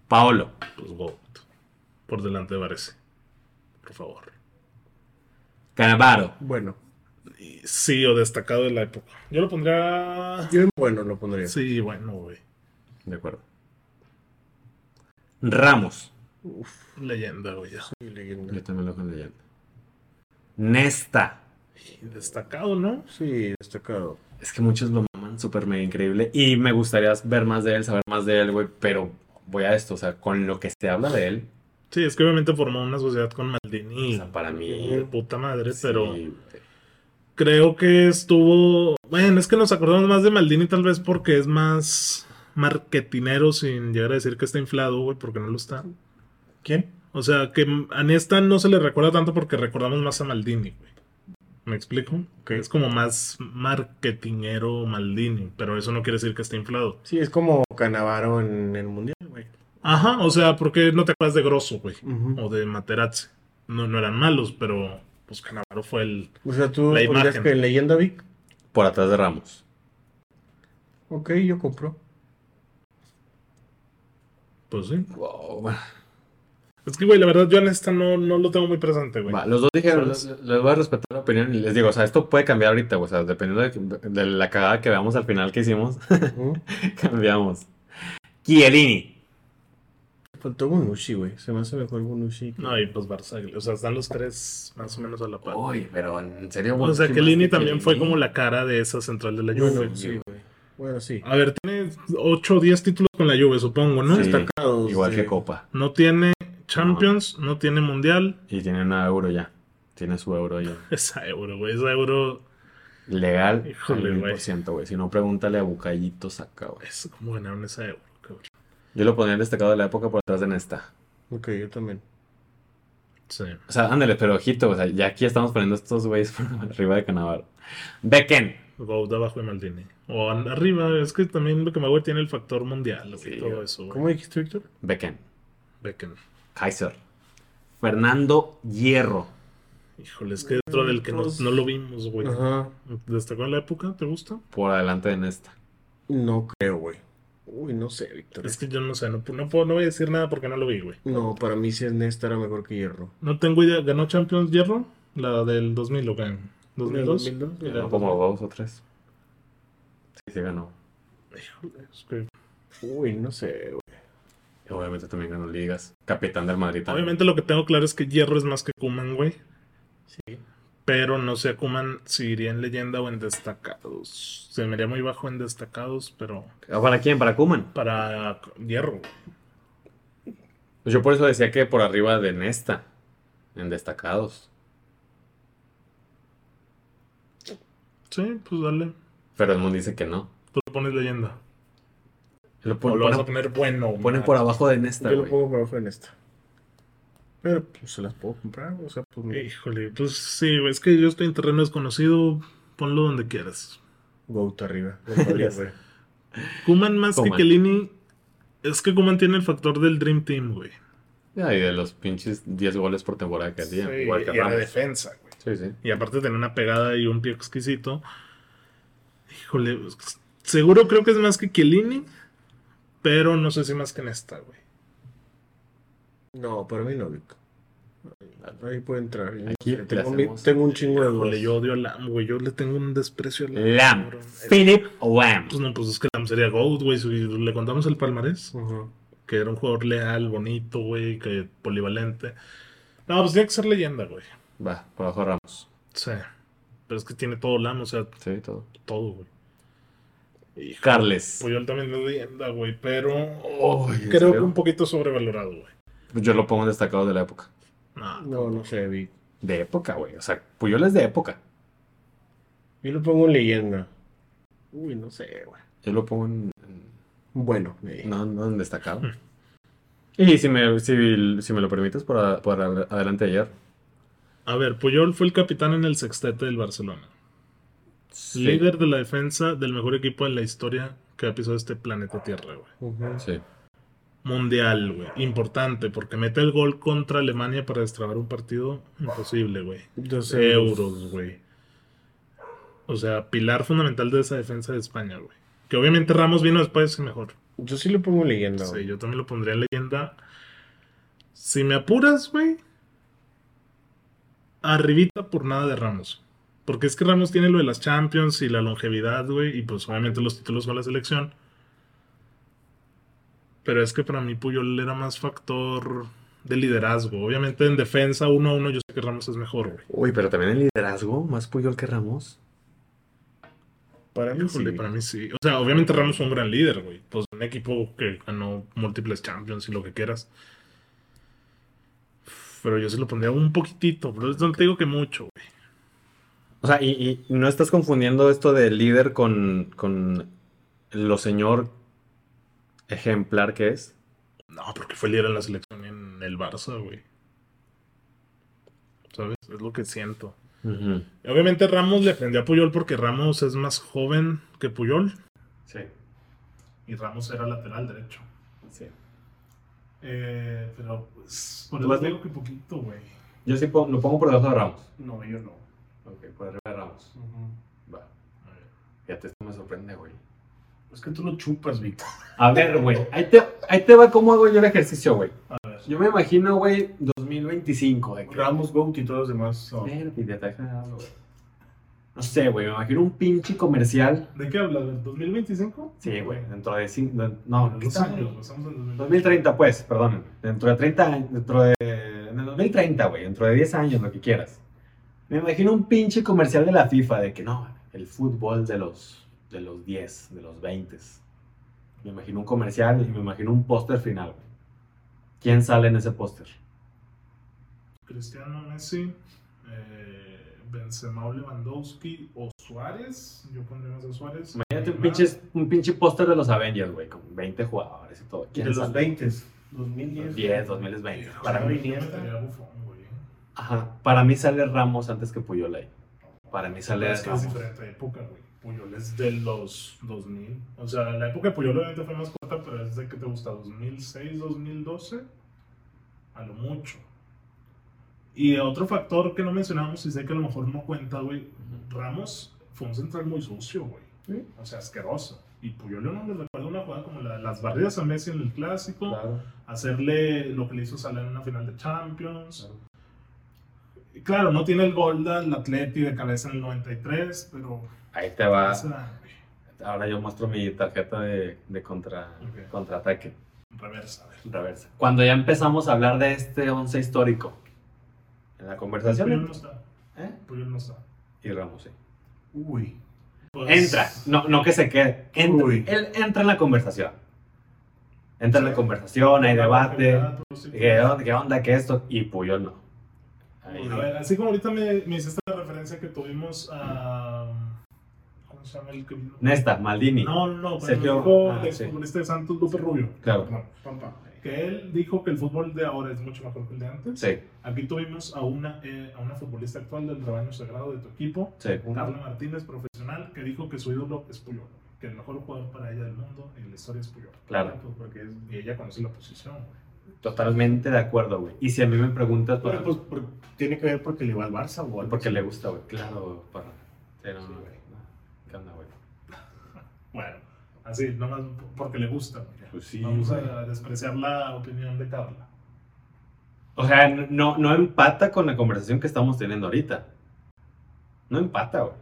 [SPEAKER 3] Paolo.
[SPEAKER 2] Pues Gold. Por delante de Varese. Por favor.
[SPEAKER 3] Canavaro.
[SPEAKER 1] Bueno,
[SPEAKER 2] Y Sí, o destacado de la época. Yo lo pondría.
[SPEAKER 1] yo en bueno lo pondría.
[SPEAKER 2] Sí, bueno, güey.
[SPEAKER 3] De acuerdo. Ramos.
[SPEAKER 2] Leyenda, güey. ya.
[SPEAKER 1] Sí, leyenda.
[SPEAKER 3] Yo también lo con leyenda. Nesta.
[SPEAKER 2] Y Destacado, ¿no?
[SPEAKER 1] Sí, destacado.
[SPEAKER 3] Es que muchos lo maman súper mega increíble. Y me gustaría ver más de él, saber más de él, güey. Pero voy a esto, o sea, con lo que se habla de él.
[SPEAKER 2] Sí, es que obviamente formó una sociedad con Maldini.
[SPEAKER 3] O sea, para mí.
[SPEAKER 2] de puta madre, pero
[SPEAKER 3] sí,
[SPEAKER 2] creo que estuvo. Bueno, es que nos acordamos más de Maldini, tal vez porque es más marketinero, sin llegar a decir que está inflado, güey, porque no lo está.
[SPEAKER 1] ¿Quién?
[SPEAKER 2] O sea, que a Nesta no se le recuerda tanto porque recordamos más a Maldini, güey. ¿Me explico?
[SPEAKER 1] Ok.
[SPEAKER 2] Es como más marketinero Maldini, pero eso no quiere decir que esté inflado.
[SPEAKER 1] Sí, es como Canavaro en el Mundial, güey.
[SPEAKER 2] Ajá, o sea, porque no te acuerdas de Grosso, güey,
[SPEAKER 1] Ujú.
[SPEAKER 2] o de Materazzi. No, no eran malos, pero pues Canavaro fue el.
[SPEAKER 1] O sea, tú
[SPEAKER 2] La
[SPEAKER 1] pondrías
[SPEAKER 2] imagen.
[SPEAKER 1] que en leyenda Vic.
[SPEAKER 3] Por atrás de Ramos.
[SPEAKER 1] Ok, yo compro.
[SPEAKER 2] Pues sí.
[SPEAKER 3] Wow, bueno.
[SPEAKER 2] Es que, güey, la verdad, yo a Nesta no, no lo tengo muy presente, güey.
[SPEAKER 3] Va, los dos dijeron, les,
[SPEAKER 2] ¿Sabes?
[SPEAKER 3] les voy a respetar la opinión y les digo, o sea, esto puede cambiar ahorita, güey, o sea, dependiendo de, de la cagada que veamos al final que hicimos,
[SPEAKER 1] Ujú.
[SPEAKER 3] cambiamos. Chiellini.
[SPEAKER 1] Faltó Bonucci, güey. Se me hace mejor Bonucci.
[SPEAKER 2] No, y pues Barzagli. O sea, están los tres más o menos a la par.
[SPEAKER 3] Uy, pero en serio,
[SPEAKER 2] o sea,
[SPEAKER 3] Bonucci
[SPEAKER 2] que
[SPEAKER 3] más
[SPEAKER 2] Lini también fue
[SPEAKER 3] Chiellini.
[SPEAKER 2] como la cara de esa central de la Juve.
[SPEAKER 1] Bueno, sí, güey. Bueno, sí.
[SPEAKER 2] A ver, tiene 8 o 10 títulos con la Juve, supongo, ¿no?
[SPEAKER 3] Sí.
[SPEAKER 1] Destacados
[SPEAKER 3] Igual
[SPEAKER 1] de-
[SPEAKER 3] que Copa.
[SPEAKER 2] No tiene Champions, no tiene Mundial.
[SPEAKER 3] Y tiene una euro ya. Tiene su euro ya.
[SPEAKER 2] Esa euro, güey. Esa euro
[SPEAKER 3] Legal
[SPEAKER 2] Híjole,
[SPEAKER 3] al
[SPEAKER 2] güey.
[SPEAKER 3] 100%, güey. Si no, pregúntale a Bucayito Saca, güey.
[SPEAKER 2] es como ganaron esa euro, cabrón.
[SPEAKER 3] Yo lo ponía en destacado de la época por atrás de Nesta.
[SPEAKER 1] Ok, yo también.
[SPEAKER 2] Sí.
[SPEAKER 3] O sea, ándale, pero ojito, o sea, ya aquí estamos poniendo estos güeyes por arriba de Canavar. Becken.
[SPEAKER 2] Gold abajo de Maldini. O an- arriba, es que también Beckenbauer tiene el factor mundial, güey.
[SPEAKER 3] Sí,
[SPEAKER 2] todo
[SPEAKER 3] güey.
[SPEAKER 2] eso, güey.
[SPEAKER 1] ¿Cómo dijiste, Víctor?
[SPEAKER 3] Becken.
[SPEAKER 2] Becken.
[SPEAKER 3] Kaiser. Fernando Hierro.
[SPEAKER 2] Híjole, es que dentro del que no,
[SPEAKER 1] Pues-
[SPEAKER 2] no lo vimos, güey.
[SPEAKER 1] Ajá.
[SPEAKER 2] ¿Destacó en la época? ¿Te gusta?
[SPEAKER 3] Por adelante de Nesta.
[SPEAKER 1] No creo, güey. Uy, no sé, Víctor.
[SPEAKER 2] Es que yo no sé, no, no puedo, no voy a decir nada porque no lo vi, güey.
[SPEAKER 1] No, para mí si es Nesta era mejor que Hierro.
[SPEAKER 2] No tengo idea. ¿Ganó Champions Hierro? La del 2000, ¿o qué? ¿2002?
[SPEAKER 1] ¿En el 2002?
[SPEAKER 2] Era-
[SPEAKER 3] como dos o tres. Sí, se ganó.
[SPEAKER 2] Híjole, es que-
[SPEAKER 1] Uy, no sé, güey.
[SPEAKER 3] Y obviamente también ganó ligas. Capitán del Madrid también.
[SPEAKER 2] Obviamente lo que tengo claro es que Hierro es más que Kuman, güey.
[SPEAKER 1] Sí.
[SPEAKER 2] Pero no sé a Kuman si iría en leyenda o en destacados. Se me iría muy bajo en destacados, pero
[SPEAKER 3] Ah, ¿Para quién? ¿Para Kuman?
[SPEAKER 2] para Hierro. güey.
[SPEAKER 3] Pues yo por eso decía que por arriba de Nesta. En destacados.
[SPEAKER 2] Sí, pues dale.
[SPEAKER 3] Pero el mundo dice que no.
[SPEAKER 2] Tú lo pones leyenda.
[SPEAKER 3] Lo
[SPEAKER 2] O
[SPEAKER 3] pon-
[SPEAKER 2] lo vas a
[SPEAKER 3] ponen,
[SPEAKER 2] poner bueno.
[SPEAKER 3] ponen
[SPEAKER 2] mal.
[SPEAKER 3] por abajo de Nesta,
[SPEAKER 1] Yo lo
[SPEAKER 3] güey.
[SPEAKER 1] pongo por abajo en Nesta. Pero pues se las puedo comprar, o sea, pues mira.
[SPEAKER 2] Híjole, pues sí, güey, es que yo estoy en terreno desconocido. Ponlo donde quieras.
[SPEAKER 1] Goat arriba.
[SPEAKER 3] Ya
[SPEAKER 1] Goat
[SPEAKER 3] sé.
[SPEAKER 1] güey.
[SPEAKER 2] Kuman más
[SPEAKER 3] Koeman.
[SPEAKER 2] que Kelini. Es que Kuman tiene el factor del Dream Team, güey.
[SPEAKER 3] Ya, y de los pinches 10 goles por temporada que hacía. igual que
[SPEAKER 2] y a la
[SPEAKER 3] Ramos.
[SPEAKER 2] defensa, güey.
[SPEAKER 3] Sí, sí.
[SPEAKER 2] Y aparte tener una pegada y un pie exquisito. Híjole, pues, seguro creo que es más que Chiellini. Pero no sé si más que en esta, güey.
[SPEAKER 1] No, para mí no, Vic. Ahí puede entrar. Yo no
[SPEAKER 3] Aquí
[SPEAKER 1] sé,
[SPEAKER 3] le
[SPEAKER 1] tengo, mi-
[SPEAKER 3] hacemos-
[SPEAKER 1] tengo un chingo de dudas.
[SPEAKER 2] Híjole, yo odio a Lam, güey. Yo le tengo un desprecio a Lam.
[SPEAKER 3] Lam.
[SPEAKER 2] cabrón.
[SPEAKER 3] Philip Lam.
[SPEAKER 2] Pues no, pues es que Lam sería GOAT, güey. Si le contamos el palmarés,
[SPEAKER 1] Ujú.
[SPEAKER 2] que era un jugador leal, bonito, güey, que polivalente. No, pues tiene que ser leyenda, güey.
[SPEAKER 3] Va, por abajo Ramos.
[SPEAKER 2] Sí. Pero es que tiene todo Lam, o sea,
[SPEAKER 3] Sí, todo.
[SPEAKER 2] todo, güey.
[SPEAKER 3] Carles.
[SPEAKER 2] Puyol también es leyenda, güey, pero
[SPEAKER 3] Uy, ¿en
[SPEAKER 2] creo que
[SPEAKER 3] serio?
[SPEAKER 2] un poquito sobrevalorado, güey.
[SPEAKER 3] Yo lo pongo en destacado de la época.
[SPEAKER 2] No,
[SPEAKER 1] No, no sé, Vic.
[SPEAKER 3] De época, güey. O sea, Puyol es de época.
[SPEAKER 1] Yo lo pongo en leyenda. Uy, no sé, güey.
[SPEAKER 3] Yo lo pongo en. en-
[SPEAKER 1] Bueno, eh,
[SPEAKER 3] No, no en destacado. Y si me, si, si me lo permites, por, a- por a- adelante ayer.
[SPEAKER 2] A ver, Puyol fue el capitán en el sextete del Barcelona.
[SPEAKER 3] Sí.
[SPEAKER 2] Líder de la defensa del mejor equipo en la historia que ha pisado este planeta Tierra, güey.
[SPEAKER 1] ujú.
[SPEAKER 3] Sí.
[SPEAKER 2] Mundial, güey. Importante, porque mete el gol contra Alemania para destrabar un partido imposible, güey.
[SPEAKER 1] Dos
[SPEAKER 2] euros, güey. O sea, pilar fundamental de esa defensa de España, güey. Que obviamente Ramos vino después y mejor.
[SPEAKER 1] Yo sí lo pongo en leyenda.
[SPEAKER 2] Sí,
[SPEAKER 1] güey.
[SPEAKER 2] yo también lo pondría en leyenda. Si me apuras, güey. Arribita por nada de Ramos. Porque es que Ramos tiene lo de las Champions y la longevidad, güey. Y pues obviamente los títulos con la selección. Pero es que para mí Puyol era más factor de liderazgo. Obviamente en defensa uno a uno yo sé que Ramos es mejor, güey.
[SPEAKER 3] Uy, pero también el liderazgo, más Puyol que Ramos.
[SPEAKER 1] Para mí sí.
[SPEAKER 2] Híjole, para mí sí. O sea, obviamente Ramos fue un gran líder, güey. Pues un equipo que ganó múltiples champions y lo que quieras. Pero yo se lo pondría un poquitito, pero no te digo que mucho, güey.
[SPEAKER 3] O sea, y, y no estás confundiendo esto de líder con, con lo señor ejemplar que es.
[SPEAKER 2] No, porque fue líder en la selección y en el Barça, güey. ¿Sabes? Es lo que siento. Y Obviamente Ramos le aprendió a Puyol porque Ramos es más joven que Puyol.
[SPEAKER 3] Sí,
[SPEAKER 2] Y Ramos era lateral derecho.
[SPEAKER 3] sí.
[SPEAKER 2] Eh, pero pues, por
[SPEAKER 3] eso te
[SPEAKER 2] digo que poquito, güey.
[SPEAKER 3] Yo sí lo pongo por debajo de Ramos.
[SPEAKER 2] No, yo no.
[SPEAKER 3] Ok, por arriba de Ramos. Va. Fíjate, esto me sorprende, güey.
[SPEAKER 1] Es que tú lo chupas, Vic.
[SPEAKER 3] A ver, güey. Ahí te, ahí te va cómo hago yo el ejercicio, güey.
[SPEAKER 2] A ver.
[SPEAKER 3] Yo me imagino, güey, 2025. De que...
[SPEAKER 1] Ramos, Goat y todos los demás. no.
[SPEAKER 3] Verde, de atacar, güey. No sé, güey. Me imagino un pinche comercial.
[SPEAKER 2] ¿De qué hablas? ¿Del 2025?
[SPEAKER 3] Sí, güey. Dentro de cinco. No, ¿qué
[SPEAKER 2] Dos
[SPEAKER 3] tal?
[SPEAKER 2] años, estamos en
[SPEAKER 3] 2030, pues, perdón. Dentro de 30 años- dentro de. En el 2030, güey. Dentro de 10 años, lo que quieras. Me imagino un pinche comercial de la FIFA de que no, el fútbol de los, de los 10, de los 20. Me imagino un comercial y me imagino un póster final, güey. ¿Quién sale en ese póster?
[SPEAKER 2] Cristiano Messi, eh, Benzema o Lewandowski o Suárez. Yo pondría más a Suárez.
[SPEAKER 3] Imagínate un
[SPEAKER 2] Neymar.
[SPEAKER 3] pinche, un pinche póster de los Avengers, güey, con 20 jugadores y todo. ¿Quién
[SPEAKER 1] De los
[SPEAKER 3] sale?
[SPEAKER 1] 20,
[SPEAKER 3] 10,
[SPEAKER 1] 2010.
[SPEAKER 3] 2020.
[SPEAKER 2] Híjole,
[SPEAKER 3] Para
[SPEAKER 2] yo
[SPEAKER 3] mí,
[SPEAKER 1] Iniesta.
[SPEAKER 2] metería a Buffon, güey.
[SPEAKER 3] ajá, para mí sale Ramos antes que Puyol ahí. Para mí sale
[SPEAKER 2] Es que es
[SPEAKER 3] Ramos.
[SPEAKER 2] diferente época, güey. Puyol es de los 2000. O sea, la época de Puyol obviamente fue más corta, pero es de que te gusta 2006, 2012. A lo mucho. Y otro factor que no mencionamos, y sé que a lo mejor no cuenta, güey. Ramos fue un central muy sucio, güey.
[SPEAKER 3] Sí.
[SPEAKER 2] O sea, asqueroso. Y Puyol yo no me recuerdo una jugada como la- las barridas a Messi en el clásico,
[SPEAKER 3] Claro,
[SPEAKER 2] hacerle lo que le hizo salir en una final de Champions.
[SPEAKER 3] claro.
[SPEAKER 2] Y Claro, no tiene el gol del Atleti de cabeza en el 93, pero
[SPEAKER 3] Ahí te va.
[SPEAKER 2] esa, güey,
[SPEAKER 3] Ahora yo muestro mi tarjeta de, de contra,
[SPEAKER 2] Ok.
[SPEAKER 3] contraataque,
[SPEAKER 2] en reversa, a ver.
[SPEAKER 3] reversa. Cuando ya empezamos a hablar de este once histórico, en la
[SPEAKER 2] Puyol
[SPEAKER 3] conversación,
[SPEAKER 2] no está,
[SPEAKER 3] ¿eh?
[SPEAKER 2] Puyol no está.
[SPEAKER 3] y Ramos, sí.
[SPEAKER 1] Uy.
[SPEAKER 2] Pues,
[SPEAKER 3] Entra, no, no que se quede. Entra,
[SPEAKER 1] Uy.
[SPEAKER 3] él entra en la conversación. Entra en la conversación, hay debate. ¿Qué onda? ¿Qué onda? ¿Qué esto? Y Puyol no. Ahí,
[SPEAKER 2] A ver, así como ahorita me, me hiciste la referencia que tuvimos a... ¿Cómo se llama el que vino?
[SPEAKER 3] Nesta, Maldini.
[SPEAKER 2] No, no, no, pero
[SPEAKER 3] Sergio-
[SPEAKER 2] dijo
[SPEAKER 3] ah,
[SPEAKER 2] el
[SPEAKER 3] sí.
[SPEAKER 2] futbolista de Santos, Lupe Rubio.
[SPEAKER 3] Claro.
[SPEAKER 2] Perdón. Que él dijo que el fútbol de ahora es mucho mejor que el de antes.
[SPEAKER 3] Sí,
[SPEAKER 2] Aquí tuvimos a una, eh, a una futbolista actual del rebaño sagrado de tu equipo,
[SPEAKER 3] sí.
[SPEAKER 2] Carla Martínez, profesional, que dijo que su ídolo es Puyol, que el mejor jugador para ella del mundo en la historia es Puyol.
[SPEAKER 3] Claro.
[SPEAKER 2] Pues porque es- y ella conoce la posición, güey.
[SPEAKER 3] Totalmente de acuerdo, güey. Y si a mí me preguntas, pues,
[SPEAKER 1] Pero pues por- tiene que ver porque le va al Barça o
[SPEAKER 2] Pues
[SPEAKER 1] al
[SPEAKER 3] porque le gusta, güey. Claro, para. Sí, no,
[SPEAKER 1] Sí,
[SPEAKER 3] no,
[SPEAKER 1] güey.
[SPEAKER 3] no. ¿Qué onda, güey?
[SPEAKER 2] Bueno, Así, nomás porque le gusta. güey.
[SPEAKER 3] Pues sí,
[SPEAKER 2] Vamos
[SPEAKER 3] güey.
[SPEAKER 2] a despreciar la opinión de Carla.
[SPEAKER 3] O sea, no, no empata con la conversación que estamos teniendo ahorita. No empata, güey.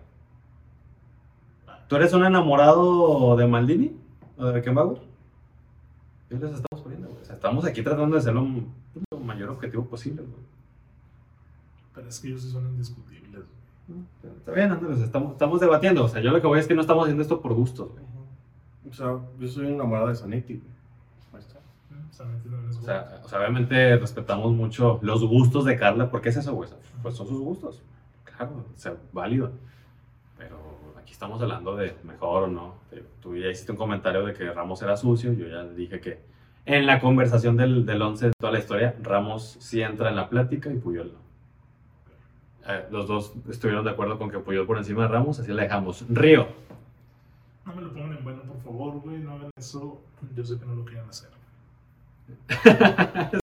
[SPEAKER 3] ¿Tú eres un enamorado de Maldini? ¿O de Beckenbauer? ¿Qué les estamos poniendo, güey? O sea, estamos aquí tratando de ser lo, lo mayor objetivo posible, güey.
[SPEAKER 2] Pero es que ellos sí son indiscutibles. güey.
[SPEAKER 3] Está bien, Andrés, estamos, estamos debatiendo. O sea, yo lo que voy es que no estamos haciendo esto por gustos, güey.
[SPEAKER 1] O sea, yo soy enamorado de Zanetti, güey. Ahí está.
[SPEAKER 2] O sea, me entienden, es
[SPEAKER 3] O sea, o sea, obviamente respetamos mucho los gustos de Carla, porque es eso, güey. Pues son sus gustos. Claro, o sea, válido. Pero aquí estamos hablando de mejor o no. Te- Tú ya hiciste un comentario de que Ramos era sucio. Yo ya dije que en la conversación del, del 11 de toda la historia, Ramos sí entra en la plática y Puyol no. Eh, los dos estuvieron de acuerdo con que Puyol por encima de Ramos, así la dejamos. Río.
[SPEAKER 2] No me lo pongan en bueno, por favor, güey. No hagan eso. Yo sé que no lo quieren hacer. Pero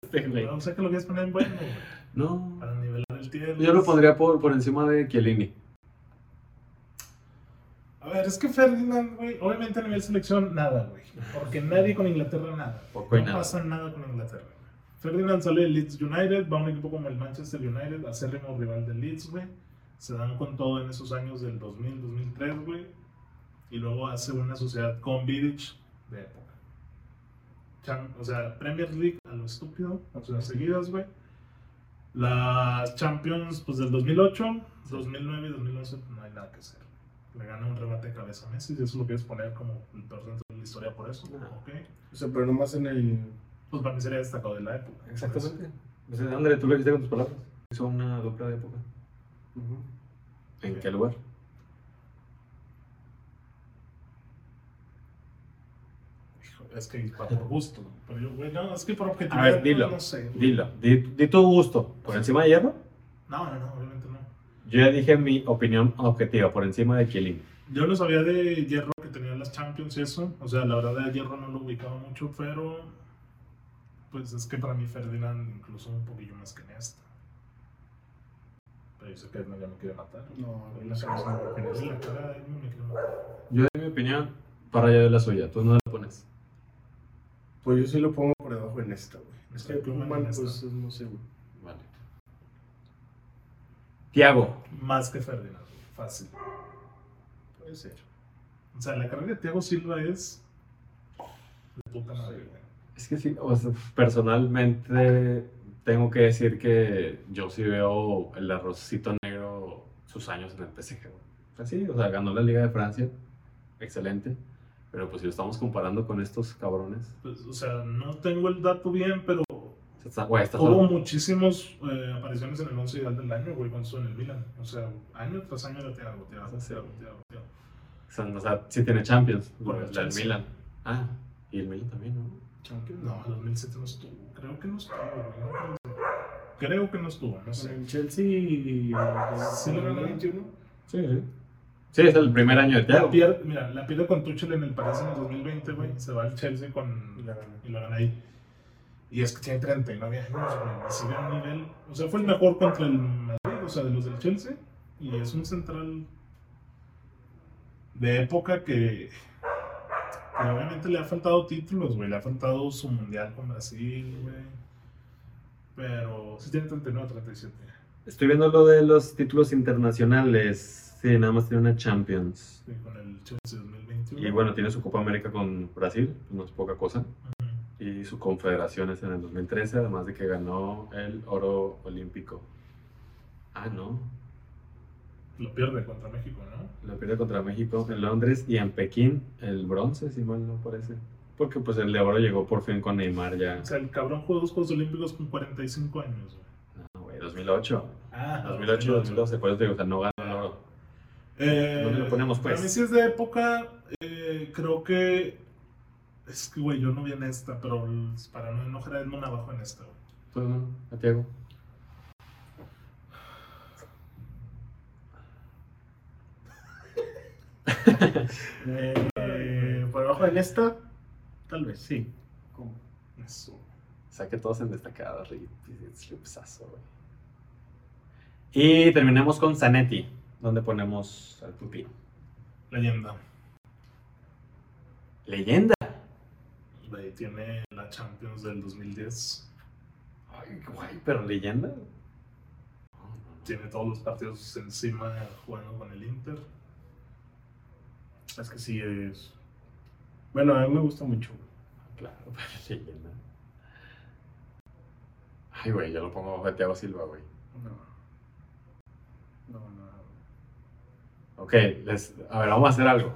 [SPEAKER 2] sé que lo quieres poner en bueno, güey.
[SPEAKER 3] No.
[SPEAKER 2] Para nivelar el tier.
[SPEAKER 3] Yo lo pondría por, por encima de Chiellini.
[SPEAKER 2] A ver, es que Ferdinand, güey, obviamente a nivel selección, nada, güey. Porque nadie con Inglaterra, nada.
[SPEAKER 3] Poco y
[SPEAKER 2] no
[SPEAKER 3] nada.
[SPEAKER 2] pasa nada con Inglaterra, güey. Ferdinand sale del Leeds United, va a un equipo como el Manchester United, acérrimo rival del Leeds, güey. Se dan con todo en esos años del 2000, 2003, güey. Y luego hace una sociedad con Vidic de época. Chan- o sea, Premier League a lo estúpido, opciones seguidas, güey. Las Champions, pues del 2008, 2009 y 2011, pues, no hay nada que hacer. Le gana un remate de cabeza a Messi, si eso lo quieres poner como el peor centro de la historia por eso,
[SPEAKER 3] Ah.
[SPEAKER 2] ok.
[SPEAKER 1] O sea, pero nomás en el.
[SPEAKER 2] Pues para mí sería destacado de la época.
[SPEAKER 3] Exactamente. André, tú lo dijiste con tus palabras. Hizo una dupla de época.
[SPEAKER 1] Ujú.
[SPEAKER 3] ¿En qué lugar?
[SPEAKER 2] Hijo, Es que va por gusto, ¿no? pero yo, güey, no, es que por objetivo.
[SPEAKER 3] A ver, dilo.
[SPEAKER 2] No, sé. güey.
[SPEAKER 3] Dilo. Di, di tu gusto. ¿Por encima de hierro?
[SPEAKER 2] No, no, no, obviamente no.
[SPEAKER 3] Yo ya dije mi opinión objetiva, por encima de Kielin.
[SPEAKER 2] Yo lo sabía de Hierro que tenía las Champions y eso. O sea, la verdad de Hierro no lo ubicaba mucho, pero pues es que para mí Ferdinand incluso un poquillo más que en esta. Pero yo sé que no, ya me quiere matar.
[SPEAKER 1] No,
[SPEAKER 2] En la cara, en la cara de Edmund me quiere matar.
[SPEAKER 3] Yo di mi opinión para allá de la suya. Tú no la pones.
[SPEAKER 1] Pues yo sí lo pongo por debajo en esta, güey. Es que
[SPEAKER 2] Está pluma en
[SPEAKER 1] Koeman,
[SPEAKER 2] esta.
[SPEAKER 1] pues no sé, güey.
[SPEAKER 3] Vale. Tiago.
[SPEAKER 2] Más que Ferdinand, güey, fácil.
[SPEAKER 1] Puede ser.
[SPEAKER 2] O sea, la carrera de Thiago Silva es de puta madre, güey.
[SPEAKER 3] Es que sí, o sea, personalmente tengo que decir que yo sí veo el arrocito negro sus años en el PSG. güey. Pues sí, o sea, ganó la Liga de Francia, excelente, pero pues si lo estamos comparando con estos cabrones,
[SPEAKER 2] Pues, o sea, no tengo el dato bien, pero
[SPEAKER 3] o sea, está, güey, está
[SPEAKER 2] Hubo
[SPEAKER 3] solo-
[SPEAKER 2] muchísimas apariciones en el 11 ideal del año, güey, cuando estuvo en el Milan. O sea, año tras año era Thiago, Thiago,
[SPEAKER 3] Sí.
[SPEAKER 2] Thiago, Thiago, Thiago.
[SPEAKER 3] o sea, no, o sea, sí tiene Champions,
[SPEAKER 2] Por el
[SPEAKER 3] la del
[SPEAKER 2] Chelsea.
[SPEAKER 3] Milan. Ah, y el Milan también, ¿no?
[SPEAKER 1] Champions,
[SPEAKER 2] No, el 2007 no estuvo. Creo que no estuvo, güey. Creo que no estuvo, no
[SPEAKER 1] Con
[SPEAKER 2] sé.
[SPEAKER 1] el Chelsea y.
[SPEAKER 2] Sí, lo ganó.
[SPEAKER 1] 21.
[SPEAKER 3] Sí, sí. Sí, es el primer año de
[SPEAKER 2] La
[SPEAKER 3] Thiago.
[SPEAKER 2] pierde, mira, la pierde con Tuchel en el París en el 2020, güey. Se va al Chelsea
[SPEAKER 1] Y
[SPEAKER 2] con
[SPEAKER 1] la ganó.
[SPEAKER 2] y lo gana ahí. Y es que tiene 39 años, güey. Y sigue a un nivel. O sea, fue el mejor contra el Madrid, o sea, de los del Chelsea. Y es un central de época que. que obviamente le ha faltado títulos, güey. Le ha faltado su mundial con Brasil, güey. Pero sí tiene 39, 37.
[SPEAKER 3] Estoy viendo lo de los títulos internacionales. Sí, nada más tiene una Champions.
[SPEAKER 2] sí, con el Chelsea 2021.
[SPEAKER 3] Y bueno, tiene su Copa América con Brasil, no es poca cosa.
[SPEAKER 2] Ujú.
[SPEAKER 3] Y su confederaciones en el 2013, además de que ganó el oro olímpico. Ah, no.
[SPEAKER 2] Lo pierde contra México, ¿no?
[SPEAKER 3] La pierde contra México en Londres y en Pekín el bronce, si mal no parece. Porque pues el de oro llegó por fin con Neymar ya.
[SPEAKER 2] O sea, el cabrón jugó dos Juegos Olímpicos con 45 años, güey.
[SPEAKER 3] No, güey, 2008.
[SPEAKER 2] Ah,
[SPEAKER 3] 2008, 2012, por eso te digo, o sea, no ganó el oro.
[SPEAKER 2] Eh,
[SPEAKER 3] ¿Dónde lo ponemos, pues?
[SPEAKER 2] A mí sí es de época, eh, creo que... Es que, güey, yo no vi en esta, pero el- para no enojar a Edmond abajo en esta, güey.
[SPEAKER 3] Pues no, a Tiago.
[SPEAKER 1] Eh, por debajo en esta, tal vez, sí. Como-
[SPEAKER 2] Eso.
[SPEAKER 3] Saque todos en destacado, ri- slipsazo, güey. Y terminamos con Zanetti, donde ponemos al pupino.
[SPEAKER 2] Leyenda.
[SPEAKER 3] Leyenda.
[SPEAKER 2] Ahí tiene la Champions del 2010.
[SPEAKER 3] Ay, güey, pero leyenda.
[SPEAKER 2] Tiene todos los partidos encima jugando con el Inter.
[SPEAKER 1] Es que sí es. Bueno, a mí me gusta mucho. güey.
[SPEAKER 3] Claro, pero leyenda. Ay, güey, yo lo pongo abajo de Thiago Silva, güey.
[SPEAKER 1] No. No, no.
[SPEAKER 3] Ok, les- a ver, vamos a hacer algo.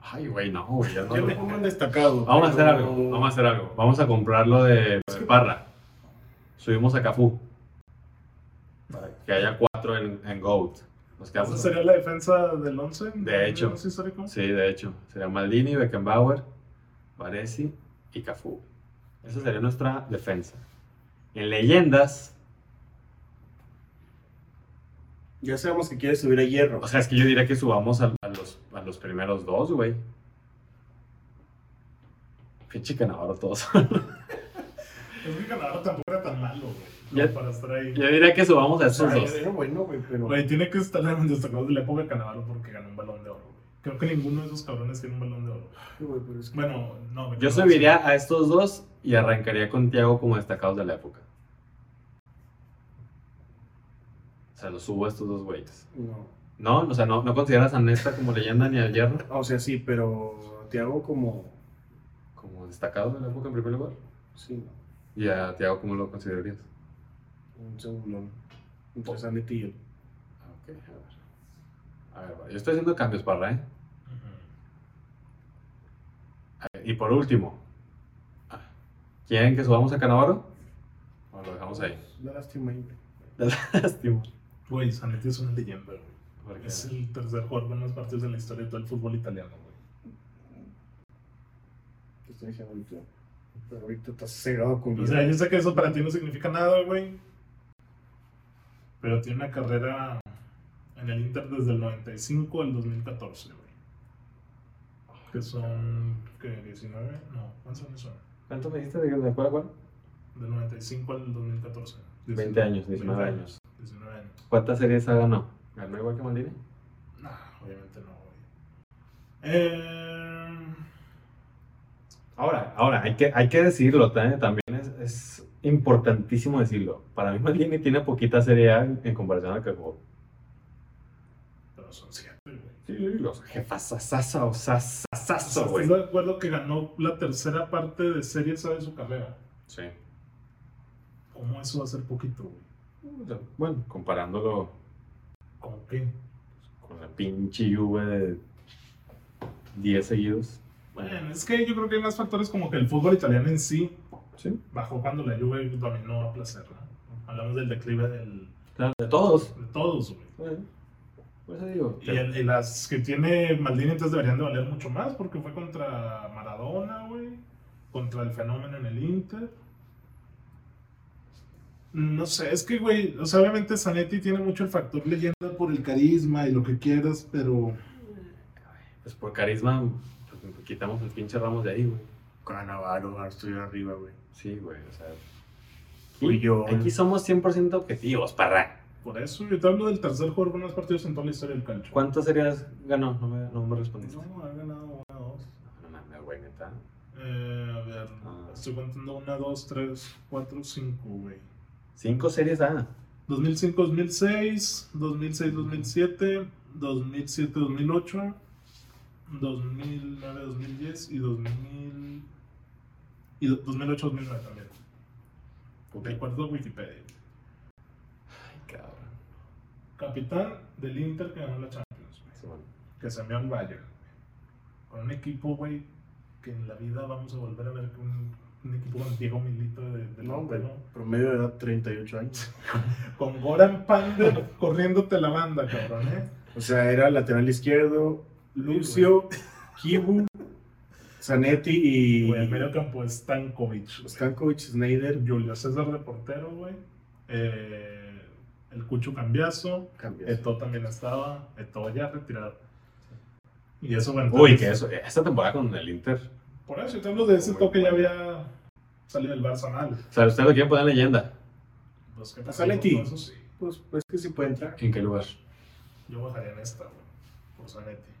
[SPEAKER 3] Ay, güey, no, güey, ya no
[SPEAKER 1] Yo
[SPEAKER 3] lo
[SPEAKER 1] le pongo en destacado.
[SPEAKER 3] Vamos a hacer
[SPEAKER 1] pero-
[SPEAKER 3] algo, vamos a hacer algo. Vamos a comprarlo de de Parra. Subimos a Cafú. Para que haya cuatro en, en Goat. Nos
[SPEAKER 2] ¿Esa
[SPEAKER 3] quedamos.
[SPEAKER 2] sería la defensa del 11?
[SPEAKER 3] pues. De hecho. Sí, de hecho. Sería Maldini, Beckenbauer, Baresi y Cafú. Esa sería nuestra defensa. En leyendas,
[SPEAKER 1] Ya sabemos que quiere subir a hierro.
[SPEAKER 3] o sea, es que yo diría que subamos a, a los, a los primeros dos, güey. Pinche Canavaro todos.
[SPEAKER 2] Es que Canadá tampoco era tan malo, güey.
[SPEAKER 3] Ya-
[SPEAKER 2] como Para estar ahí.
[SPEAKER 3] yo diría que subamos a
[SPEAKER 1] O sea,
[SPEAKER 3] esos dos.
[SPEAKER 1] era bueno, güey, pero.
[SPEAKER 2] Güey, tiene que estar en destacados de la época de Canavaro porque ganó un balón de oro, güey. Creo que ninguno de esos cabrones tiene un balón de oro.
[SPEAKER 1] Güey, pero es que-
[SPEAKER 2] Bueno, no.
[SPEAKER 3] Yo
[SPEAKER 2] Canavaro
[SPEAKER 3] subiría a estos dos y arrancaría con Tiago como destacados de la época. O sea, los subo a estos dos güeyes.
[SPEAKER 1] No.
[SPEAKER 3] No, o sea, no, no consideras a Nesta como leyenda ni al Hierro
[SPEAKER 1] Ah, O sea, sí, pero te hago como.
[SPEAKER 3] como destacados de la época en primer lugar.
[SPEAKER 1] Sí, no.
[SPEAKER 3] Y a Tiago, ¿cómo lo considerarías?
[SPEAKER 1] Un segundo. Entre Zanetti y yo.
[SPEAKER 3] Ah, Ok, a ver. A ver, va, yo estoy haciendo cambios para, ¿eh?
[SPEAKER 2] sí. Ujú.
[SPEAKER 3] Y por último, ah, ¿quieren que subamos a Canavaro? O lo dejamos ahí.
[SPEAKER 1] Da lástima ahí, güey.
[SPEAKER 3] Lástima.
[SPEAKER 2] Güey, Zanetti es una leyenda, güey.
[SPEAKER 3] Porque-
[SPEAKER 2] Es el tercer jugador con más partidos en la historia de todo el fútbol italiano, güey.
[SPEAKER 1] Te estoy diciendo ahorita. Pero ahorita estás cegado con
[SPEAKER 2] O sea, yo sé que eso para ti no significa nada, güey. Pero tiene una carrera en el Inter desde el 95 al 2014, güey. Que son, ¿qué? ¿19? No, ¿cuántos años son?
[SPEAKER 3] ¿Cuánto me dijiste de, de cuál a cuál?
[SPEAKER 2] Del 95 al 2014.
[SPEAKER 3] 20 años, 19
[SPEAKER 2] 20
[SPEAKER 3] años.
[SPEAKER 2] 19 años.
[SPEAKER 3] ¿Cuántas series ha ganado? ¿Ganó igual que Maldini?
[SPEAKER 2] No, obviamente no, güey. Eh,
[SPEAKER 3] Ahora, ahora, hay que, hay que decirlo ta- eh, también, es, es importantísimo decirlo. Para mí Maldini tiene poquita serie A en comparación al que jugó.
[SPEAKER 2] pero son 7, güey.
[SPEAKER 3] Sí, los jefas, sasa o sasazo,
[SPEAKER 2] ¿Estás de acuerdo que ganó la tercera parte de Serie A de su carrera?
[SPEAKER 3] Sí.
[SPEAKER 2] ¿Cómo eso va a ser poquito, güey?
[SPEAKER 3] Bueno, comparándolo
[SPEAKER 2] ¿Con qué?
[SPEAKER 3] con la pinche Juve de 10 seguidos.
[SPEAKER 2] Bueno, es que yo creo que hay más factores como que el fútbol italiano en sí
[SPEAKER 3] sí.
[SPEAKER 2] bajó cuando la Juve dominó a placer, ¿no? Hablamos del declive del-
[SPEAKER 3] Claro, de todos.
[SPEAKER 2] de todos, güey.
[SPEAKER 3] Bueno, por eso digo.
[SPEAKER 2] Y, el- y las que tiene Maldini entonces deberían de valer mucho más porque fue contra Maradona, güey. Contra el fenómeno en el Inter. No sé, es que, güey, o sea, obviamente Zanetti tiene mucho el factor leyenda por el carisma y lo que quieras, pero...
[SPEAKER 3] Pues por carisma pues, quitamos el pinche Ramos de ahí, güey.
[SPEAKER 1] Canavaro, estoy arriba, güey.
[SPEAKER 3] Sí, güey, o sea.
[SPEAKER 1] Fui yo.
[SPEAKER 3] Aquí somos 100% objetivos, parra.
[SPEAKER 2] Por eso yo te hablo del tercer jugador con más partidos en toda la historia del calcio.
[SPEAKER 3] ¿Cuántas series ganó? No me, no me respondiste.
[SPEAKER 2] No, ha ganado una, dos.
[SPEAKER 3] No mames, güey, neta.
[SPEAKER 2] Eh, a ver,
[SPEAKER 3] Ah.
[SPEAKER 2] estoy contando una, dos, tres, cuatro, cinco, güey.
[SPEAKER 3] Cinco series A.
[SPEAKER 2] 2005-2006, 2006-2007, 2007-2008, 2009-2010 y 2000 y do- 2008-2009 también. De acuerdo a Wikipedia.
[SPEAKER 3] Ay, cabrón.
[SPEAKER 2] Capitán del Inter que ganó la Champions, güey,
[SPEAKER 3] Sí, bueno.
[SPEAKER 2] que se envió al Bayern. güey. Con un equipo, güey, que en la vida vamos a volver a ver que un, un equipo con Diego Milito de, de
[SPEAKER 1] No,
[SPEAKER 2] delantero.
[SPEAKER 1] güey. Promedio de edad 38 años.
[SPEAKER 2] Con Goran Pander corriéndote la banda, cabrón, ¿eh?
[SPEAKER 1] O sea, era lateral izquierdo, Lucio, Kibu, Zanetti y.
[SPEAKER 2] Güey, el medio campo es pues, Stankovic. güey.
[SPEAKER 1] Stankovic, Snyder,
[SPEAKER 2] Julio César de portero, güey. Eh, el Cucho Cambiazo.
[SPEAKER 1] cambios.
[SPEAKER 2] Eto también estaba. Eto ya retirado. Y eso, bueno.
[SPEAKER 3] Uy,
[SPEAKER 2] entonces-
[SPEAKER 3] que eso. Esta temporada con el Inter.
[SPEAKER 2] Por eso, yo te hablo de ese
[SPEAKER 3] Muy
[SPEAKER 2] toque ya
[SPEAKER 3] bueno.
[SPEAKER 2] había salido el Barça mal.
[SPEAKER 3] O sea, ustedes lo quieren poner en leyenda.
[SPEAKER 2] Pues, ¿qué
[SPEAKER 1] Zanetti.
[SPEAKER 2] Con Eso sí.
[SPEAKER 1] Pues, pues que sí puede entrar.
[SPEAKER 3] ¿En qué lugar?
[SPEAKER 2] Yo bajaría en esta, güey. Por Zanetti.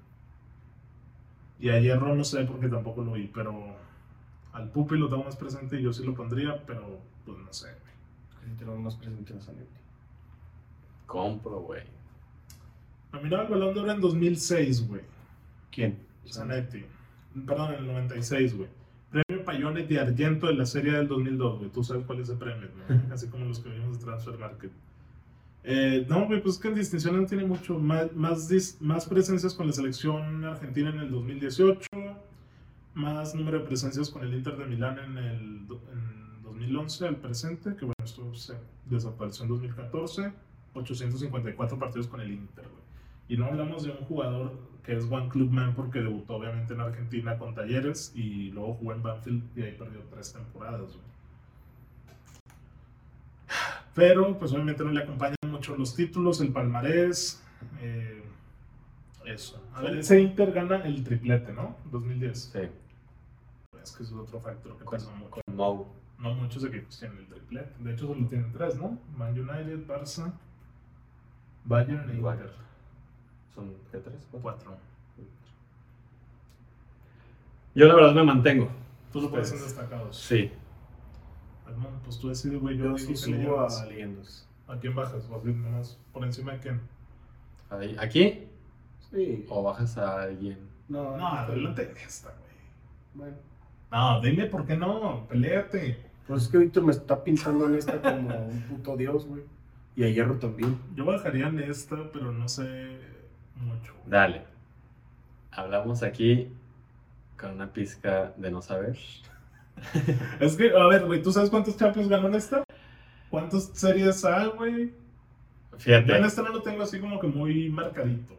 [SPEAKER 2] Y a Hierro no sé porque tampoco lo vi, pero al Pupi lo tengo más presente y yo sí lo pondría, pero pues no sé. güey.
[SPEAKER 1] Tenemos más presente a Zanetti.
[SPEAKER 3] Compro, güey.
[SPEAKER 2] Nominado al Balón de Oro en 2006, güey.
[SPEAKER 1] ¿Quién?
[SPEAKER 2] Zanetti. Perdón, en el 96, güey. Premio Payones de Argento de la serie del 2002, güey. Tú sabes cuál es el premio, ¿no? Así como los que vimos de Transfer Market. Eh, no, güey, pues es que en distinción no tiene mucho. Más, más, dis- más presencias con la selección argentina en el 2018. Más número de presencias con el Inter de Milán en el do- en 2011 al presente. Que bueno, esto se desapareció en 2014. 854 partidos con el Inter, güey. Y no hablamos de un jugador que es One Club Man porque debutó obviamente en Argentina con Talleres y luego jugó en Banfield y ahí perdió tres temporadas. güey. Pero pues obviamente no le acompañan mucho los títulos, el palmarés, eh, eso. A ver, ese Inter gana el triplete, ¿no? 2010.
[SPEAKER 3] Sí.
[SPEAKER 2] Es que es otro factor que pesa mucho.
[SPEAKER 3] Mou.
[SPEAKER 2] No muchos equipos tienen el triplete. De hecho solo tienen tres, ¿no? Man United, Barça, Bayern e Inter.
[SPEAKER 3] Bayern. ¿Son qué tres? Cuatro.
[SPEAKER 2] Cuatro.
[SPEAKER 3] Yo la verdad me mantengo.
[SPEAKER 2] Tú Pues lo puedes en
[SPEAKER 1] Ustedes.
[SPEAKER 2] destacados.
[SPEAKER 3] Sí.
[SPEAKER 2] Edmond, pues tú decides, güey.
[SPEAKER 1] Yo
[SPEAKER 2] Yo digo
[SPEAKER 1] sí
[SPEAKER 2] que le
[SPEAKER 1] subo
[SPEAKER 2] llevas.
[SPEAKER 1] a leyendas.
[SPEAKER 2] ¿A quién bajas? O así nomás por encima de quién.
[SPEAKER 3] Ahí- ¿Aquí?
[SPEAKER 1] Sí.
[SPEAKER 3] ¿O bajas a alguien?
[SPEAKER 1] No,
[SPEAKER 2] No, adelante en esta, güey.
[SPEAKER 1] Bueno.
[SPEAKER 2] No, dime por qué no. Peléate.
[SPEAKER 1] Pues es que Víctor me está pintando en esta como un puto dios, güey. Y a Hierro también.
[SPEAKER 2] Yo bajaría en esta, pero no sé mucho. güey.
[SPEAKER 3] Dale. Hablamos aquí con una pizca de no saber.
[SPEAKER 2] Es que, a ver, güey, ¿tú sabes cuántos Champions ganó en esta? ¿Cuántas series A, güey? Yo en
[SPEAKER 3] Fíjate.
[SPEAKER 2] esta no lo tengo así como que muy marcadito, güey.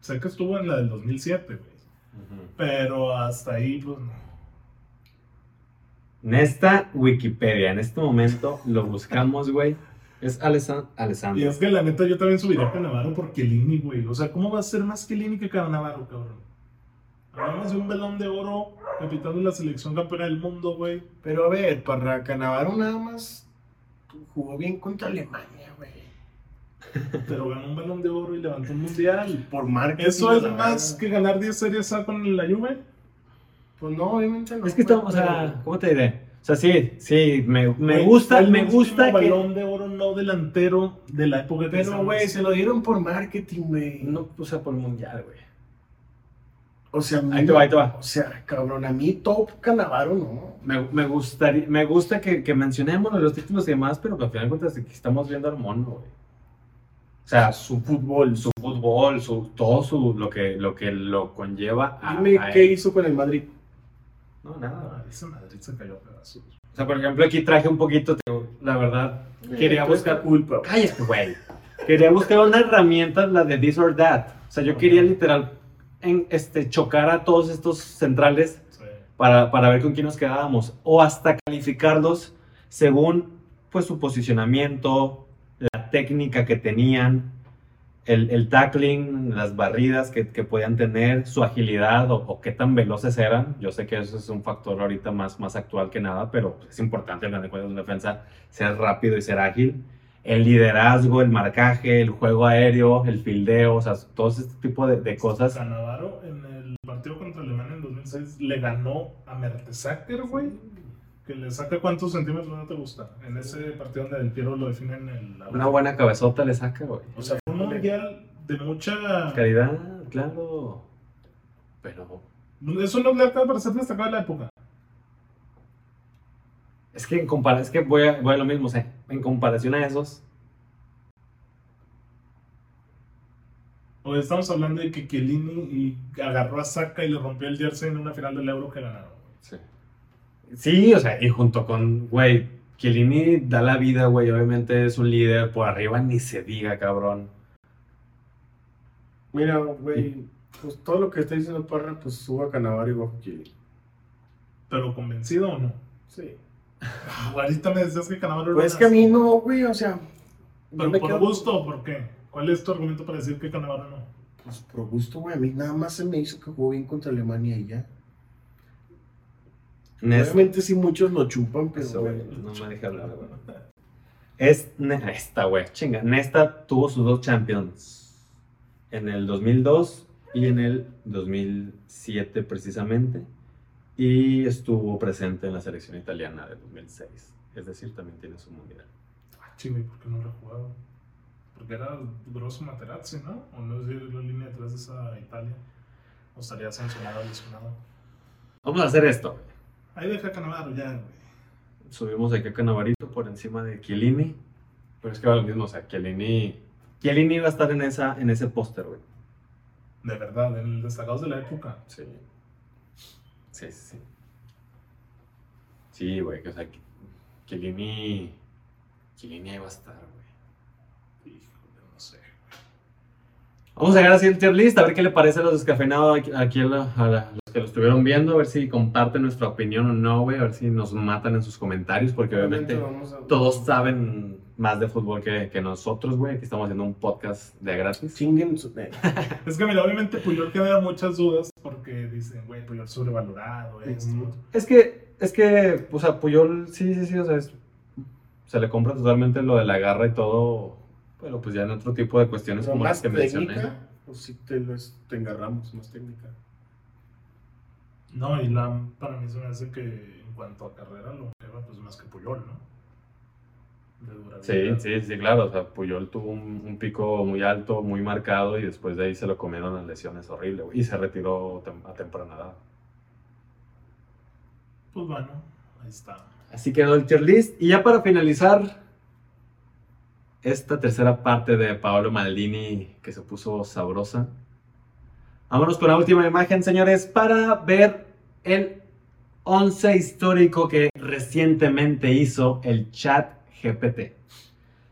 [SPEAKER 2] Sé que estuvo en la del 2007, güey.
[SPEAKER 3] Ujú.
[SPEAKER 2] Pero hasta ahí, pues no.
[SPEAKER 3] En esta Wikipedia, en este momento, lo buscamos, güey. Es Alessan-
[SPEAKER 2] Y
[SPEAKER 3] Alessandro.
[SPEAKER 2] es que la neta yo también subiría a Canavaro por Chiellini, güey. O sea, ¿cómo va a ser más Chiellini que Canavaro, cabrón? Hablamos de un velón de oro, capitán de la selección campeona del mundo, güey.
[SPEAKER 1] Pero a ver, para Canavaro nada más jugó bien contra Alemania, güey.
[SPEAKER 2] Pero ganó un balón de oro y levantó un mundial.
[SPEAKER 1] Por marca.
[SPEAKER 2] ¿Eso es más que ganar 10 series A con la Juve?
[SPEAKER 1] Pues no, obviamente no.
[SPEAKER 3] Es que estamos, o sea, ¿cómo te diré? O sea, sí, sí, me, me
[SPEAKER 2] Güey,
[SPEAKER 3] gusta,
[SPEAKER 2] fue el
[SPEAKER 3] me
[SPEAKER 2] último
[SPEAKER 3] gusta que...
[SPEAKER 2] balón de oro no delantero de la época que
[SPEAKER 1] Pero, güey,
[SPEAKER 2] estamos.
[SPEAKER 1] se lo dieron por marketing, güey.
[SPEAKER 3] No, o sea, por el mundial, güey.
[SPEAKER 1] O sea, a mí-
[SPEAKER 3] Ahí te va, ahí te va.
[SPEAKER 1] O sea, cabrón, a mí top Canavaro no.
[SPEAKER 3] Me, me gustaría, me gusta que, que mencionemos los títulos y demás, pero que al final de cuentas aquí estamos viendo al mono, güey. O sea, su fútbol, su fútbol, su, todo su, lo que lo, que lo conlleva a...
[SPEAKER 1] Dime
[SPEAKER 3] a
[SPEAKER 1] qué
[SPEAKER 3] él.
[SPEAKER 1] hizo con el Madrid.
[SPEAKER 3] No, nada, güey.
[SPEAKER 2] Ah, Ese Madrid se cayó a pedazos.
[SPEAKER 3] O sea, por ejemplo, aquí traje un poquito, te- la verdad, quería
[SPEAKER 1] Eh, tú es tu
[SPEAKER 3] buscar...
[SPEAKER 1] culpa. güey.
[SPEAKER 3] Cállate, güey. Quería buscar una herramienta, la de this or that. O sea, yo quería literal en, este, chocar a todos estos centrales
[SPEAKER 2] Sí.
[SPEAKER 3] para, para ver con quién nos quedábamos. O hasta calificarlos según pues, su posicionamiento, la técnica que tenían, el, el tackling, las barridas que, que podían tener, su agilidad o, o qué tan veloces eran. Yo sé que eso es un factor ahorita más, más actual que nada, pero es importante en la defensa, en la defensa ser rápido y ser ágil. El liderazgo, el marcaje, el juego aéreo, el fildeo, o sea, todo este tipo de, de cosas.
[SPEAKER 2] Canavaro en el partido contra Alemania en 2006 le ganó a Mertesacker, güey. Que le saca cuántos centímetros no te gusta. En ese partido donde el Piero lo define en el.
[SPEAKER 3] Una buena cabezota le saca, güey.
[SPEAKER 2] O sea, fue un mundial de mucha.
[SPEAKER 3] Calidad, claro. Pero
[SPEAKER 2] Eso no le acaba para ser destacado en la época.
[SPEAKER 3] es que en compara es que voy a, voy a lo mismo, o sea, en comparación a esos,
[SPEAKER 2] O estamos hablando de que Chiellini y agarró a Saka y le rompió el jersey en una final del Euro que ganaron. güey.
[SPEAKER 3] sí. o sea, y junto con, güey, Chiellini da la vida, güey, obviamente es un líder, por arriba ni se diga, cabrón.
[SPEAKER 1] Mira, güey, pues todo lo que está diciendo Parra, pues subo a Canavaro y bajo Chile.
[SPEAKER 2] Pero convencido o no.
[SPEAKER 1] Sí.
[SPEAKER 2] Ahorita me decías que Canavaro era
[SPEAKER 1] Pues es
[SPEAKER 2] una-
[SPEAKER 1] que a mí no, güey, o sea. yo
[SPEAKER 2] Pero
[SPEAKER 1] me
[SPEAKER 2] por
[SPEAKER 1] quedo-
[SPEAKER 2] gusto o por qué? ¿Cuál es tu argumento para decir que Canavaro no?
[SPEAKER 1] Pues por gusto, güey. A mí nada más se me hizo que jugó bien contra Alemania y ya.
[SPEAKER 3] Nes-
[SPEAKER 1] Obviamente sí muchos lo chupan, pero
[SPEAKER 3] Eso,
[SPEAKER 1] güey.
[SPEAKER 3] güey, no me deja hablar, güey. Es Nesta, güey, chinga. Nesta tuvo sus dos Champions. En el 2002 y en el 2007 precisamente, y estuvo presente en la selección italiana de 2006. Es decir, también tiene su mundial.
[SPEAKER 2] Chingue, Ah, ¿por qué no lo he jugado? Porque era grosso Materazzi, ¿no? O no es decir, la línea detrás de esa Italia. O estaría sancionado, lesionado.
[SPEAKER 3] Vamos a hacer esto.
[SPEAKER 2] Ahí deja Canavaro ya, güey.
[SPEAKER 3] Subimos aquí a Canavarito por encima de Chiellini. Pero es que va lo mismo, o sea, Chiellini... Chiellini va a estar en, esa, en ese póster, güey.
[SPEAKER 2] De verdad, en el destacados de la época.
[SPEAKER 3] Sí. Sí, sí, sí. Sí, güey, que, o sea, que- Chiellini... Chiellini ahí va a estar, güey.
[SPEAKER 2] Híjole, no sé.
[SPEAKER 3] Vamos a llegar así el tier list, a ver qué le parece a los descafeinados aquí, aquí a, la- a la- los que lo estuvieron viendo, a ver si comparten nuestra opinión o no, güey, a ver si nos matan en sus comentarios, porque obviamente
[SPEAKER 1] vamos a-
[SPEAKER 3] todos saben más de fútbol que, que nosotros, güey, aquí estamos haciendo un podcast de a gratis.
[SPEAKER 1] Chinguen su- eh,
[SPEAKER 2] Es que, mira, obviamente Puyol queda muchas dudas porque dicen, güey, Puyol sobrevalorado, esto.
[SPEAKER 1] Ujú.
[SPEAKER 3] Es que, es que, o sea, Puyol, sí, sí, sí, o sea, es- se le compra totalmente lo de la garra y todo, pero pues ya en otro tipo de cuestiones
[SPEAKER 1] Pero
[SPEAKER 3] como las
[SPEAKER 1] más
[SPEAKER 3] que mencioné.
[SPEAKER 1] técnica, pues si te, lo es- te engarramos, más técnica.
[SPEAKER 2] No, y la, para mí se me hace que en cuanto a carrera lo lleva pues más que Puyol, ¿no? De
[SPEAKER 3] Sí,
[SPEAKER 2] durabilidad.
[SPEAKER 3] sí, sí, claro. O sea, Puyol tuvo un, un pico muy alto, muy marcado, y después de ahí se lo comieron las lesiones horribles, güey, Y se retiró tem- a temprana edad.
[SPEAKER 2] Pues bueno, ahí está.
[SPEAKER 3] Así quedó el tier list. Y ya para finalizar, esta tercera parte de Paolo Maldini que se puso sabrosa. Vámonos con la última imagen, señores, para ver el 11 histórico que recientemente hizo el chat GPT.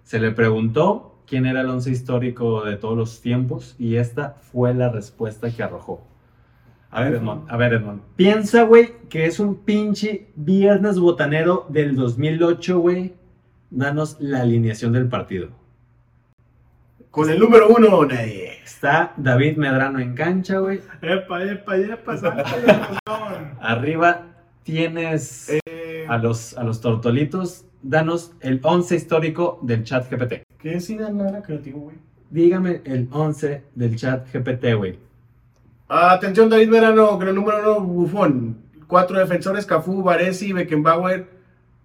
[SPEAKER 3] Se le preguntó quién era el 11 histórico de todos los tiempos y esta fue la respuesta que arrojó. A ver, Edmond, a ver, Edmond. Piensa, güey, que es un pinche viernes botanero del 2008, güey. Danos la alineación del partido.
[SPEAKER 1] Con el número uno, nadie.
[SPEAKER 3] Está David Medrano en cancha, güey.
[SPEAKER 2] Epa, epa, epa, sácale, botón.
[SPEAKER 3] Arriba tienes
[SPEAKER 1] Eh,
[SPEAKER 3] a los, a los tortolitos. Danos el 11 histórico del chat GPT.
[SPEAKER 1] ¿Qué es Zidane era creativo, güey?
[SPEAKER 3] Dígame el 11 del chat GPT, güey.
[SPEAKER 1] Atención, David Verano, con el número uno, Bufón. Cuatro defensores, Cafú, Baresi, Beckenbauer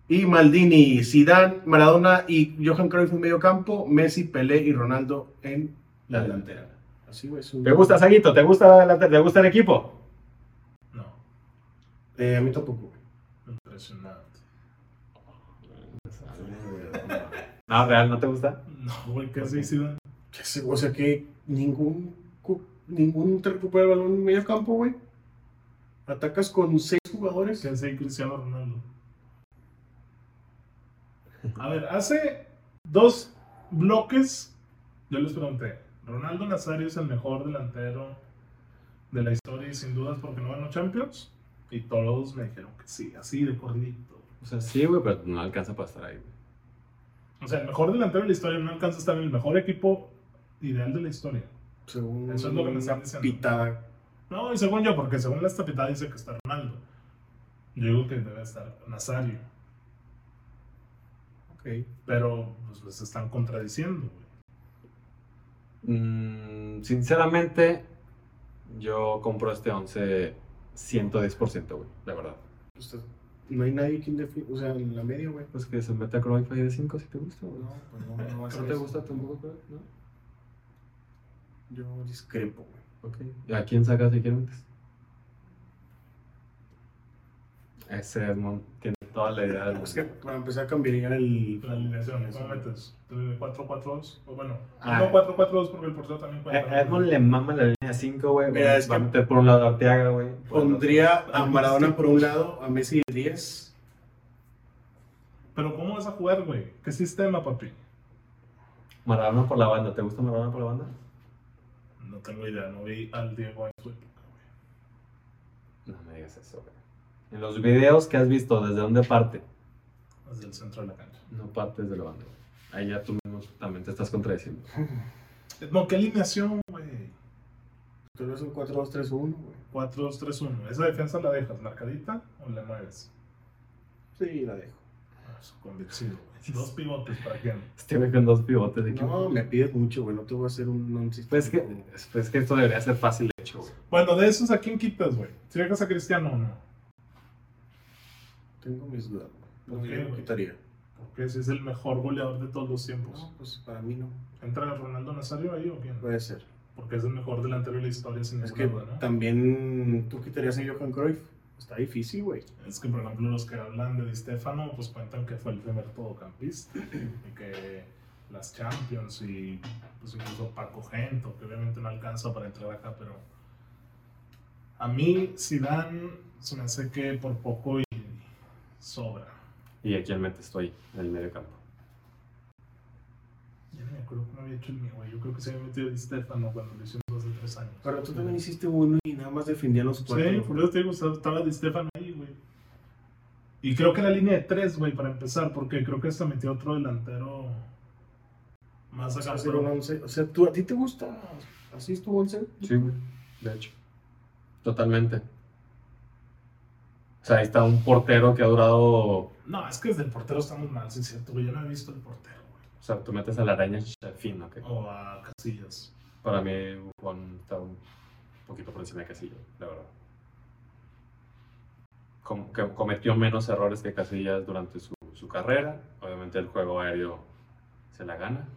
[SPEAKER 1] y Maldini. Zidane, Maradona y Johan Cruyff en medio campo. Messi, Pelé y Ronaldo en la delantera. Así, güey. es un-
[SPEAKER 3] ¿Te gusta, Saguito? ¿Te gusta, la- te gusta el equipo?
[SPEAKER 2] No,
[SPEAKER 1] Eh, a mí tampoco, güey.
[SPEAKER 2] impresionante.
[SPEAKER 3] No, real, ¿no te gusta?
[SPEAKER 2] No, güey, casi sido
[SPEAKER 1] Ya sé, O sea que ningún, cu- ningún te recupera el balón en medio campo, güey. Atacas con seis jugadores.
[SPEAKER 2] casi Cristiano Ronaldo. A ver, hace dos bloques yo les pregunté, Ronaldo Nazario es el mejor delantero de la historia y sin dudas porque no ganó Champions y todos me dijeron que sí, así de corridito.
[SPEAKER 3] O sea, sí, güey, pero no alcanza para estar ahí, güey.
[SPEAKER 2] O sea, el mejor delantero de la historia no alcanza a estar en el mejor equipo ideal de la historia.
[SPEAKER 1] Según
[SPEAKER 2] Eso es lo que me están
[SPEAKER 1] una
[SPEAKER 2] diciendo.
[SPEAKER 1] Pitada.
[SPEAKER 2] No, y según yo, porque según la estapitada dice que está Ronaldo. Yo digo que debe estar Nazario.
[SPEAKER 1] Ok.
[SPEAKER 2] Pero pues, pues, se están contradiciendo, güey.
[SPEAKER 3] Mm, sinceramente, yo compro este 11 110%, güey, la verdad.
[SPEAKER 1] O sea, no hay nadie quien define. O sea, en la media, güey.
[SPEAKER 3] Pues que se meta Cruyff ahí de 5 si te gusta, güey.
[SPEAKER 1] No, pues no, no va a
[SPEAKER 3] ¿No
[SPEAKER 1] ser
[SPEAKER 3] te
[SPEAKER 1] eso.
[SPEAKER 3] gusta tampoco Cruyff? ¿No?
[SPEAKER 1] Yo discrepo, güey.
[SPEAKER 3] Ok. ¿Y a quién sacas si quieres? Ese Edmond tiene toda la idea del mundo.
[SPEAKER 1] Es que para empezar cambiaría el.
[SPEAKER 2] La alineación, ¿cómo metes? ¿De 4-4-2? O bueno,
[SPEAKER 3] Ah.
[SPEAKER 2] no 4-4-2 porque el portero también
[SPEAKER 3] A-
[SPEAKER 2] cuenta.
[SPEAKER 3] a Edmond le mama la línea 5, güey.
[SPEAKER 1] Mira,
[SPEAKER 3] Va
[SPEAKER 1] es
[SPEAKER 3] va a
[SPEAKER 1] que-
[SPEAKER 3] meter por un lado a Arteaga, güey. por el otro.
[SPEAKER 1] Pondría a Maradona por un lado, a Messi de 10.
[SPEAKER 2] Pero ¿cómo vas a jugar, güey? ¿Qué sistema, papi?
[SPEAKER 3] Maradona por la banda. ¿Te gusta Maradona por la banda?
[SPEAKER 2] No tengo idea, no vi al Diego en su época, güey.
[SPEAKER 3] No me digas eso, güey. En los videos que has visto, ¿desde dónde parte?
[SPEAKER 2] Desde el centro de la cancha.
[SPEAKER 3] No partes de la banda. güey. Ahí ya tú mismo también te estás contradiciendo.
[SPEAKER 2] Eh, No, ¿qué alineación, güey?
[SPEAKER 1] Tal vez un 4-2-3-1, güey.
[SPEAKER 2] 4-2-3-1. ¿Esa defensa la dejas marcadita o la mueves?
[SPEAKER 1] Sí, la dejo.
[SPEAKER 2] Ah, Pues, convencido, güey. Dos pivotes para que.
[SPEAKER 3] Este güey con dos pivotes. de equipo.
[SPEAKER 1] No, me pides mucho, güey. No te voy a hacer un. un sistema.
[SPEAKER 3] Pues que, pues que esto debería ser fácil, de hecho, güey.
[SPEAKER 2] Bueno, de esos, ¿a quién quitas, güey? Si dejas a Cristiano o no.
[SPEAKER 1] Tengo mis dudas. güey.
[SPEAKER 2] Ok,
[SPEAKER 1] Yo lo
[SPEAKER 2] güey.
[SPEAKER 1] quitaría.
[SPEAKER 2] Porque ese es el mejor goleador de todos los tiempos.
[SPEAKER 1] No, pues para mí no.
[SPEAKER 2] ¿Entra Ronaldo Nazario ahí o quién?
[SPEAKER 1] Puede ser. Pues
[SPEAKER 2] Porque es el mejor delantero de la historia, sin
[SPEAKER 1] Es
[SPEAKER 2] ninguna
[SPEAKER 1] que
[SPEAKER 2] duda, ¿no?
[SPEAKER 1] también tú quitarías a Johan Cruyff. Está difícil, güey.
[SPEAKER 2] Es que, por ejemplo, los que hablan de Di Stefano, pues cuentan que fue el primer todocampista y que las Champions y pues incluso Paco Gento, que obviamente no alcanza para entrar acá, pero a mí Zidane se me hace que por poco y sobra.
[SPEAKER 3] Y aquí al mete estoy en el medio campo.
[SPEAKER 2] Ya no me acuerdo cómo había hecho el mío, güey. Yo creo que se había metido Di Stefano cuando lo hicimos hace tres años.
[SPEAKER 1] Pero tú también hiciste uno y nada más defendían los
[SPEAKER 2] Sí,
[SPEAKER 1] cuatro.
[SPEAKER 2] por eso te digo, estaba- estaba Di Stefano ahí, güey. Y creo que la línea de tres, güey, para empezar, porque creo que hasta metió otro delantero más
[SPEAKER 1] O sea,
[SPEAKER 2] acá.
[SPEAKER 1] hacer un
[SPEAKER 2] Pero,
[SPEAKER 1] once. O sea, ¿tú, ¿a ti te gusta así es tu once?
[SPEAKER 3] Sí, güey. De hecho. Totalmente. O sea, ahí está un portero que ha durado.
[SPEAKER 2] no, es que desde el portero estamos mal, sí es cierto, güey. Yo no he visto el portero, güey.
[SPEAKER 3] O sea, tú metes a la araña fino, que
[SPEAKER 2] O a Casillas.
[SPEAKER 3] para mí Juan está un poquito por encima de Casillas, la verdad. Com- que cometió menos errores que Casillas durante su, su carrera. Obviamente el juego aéreo se la gana.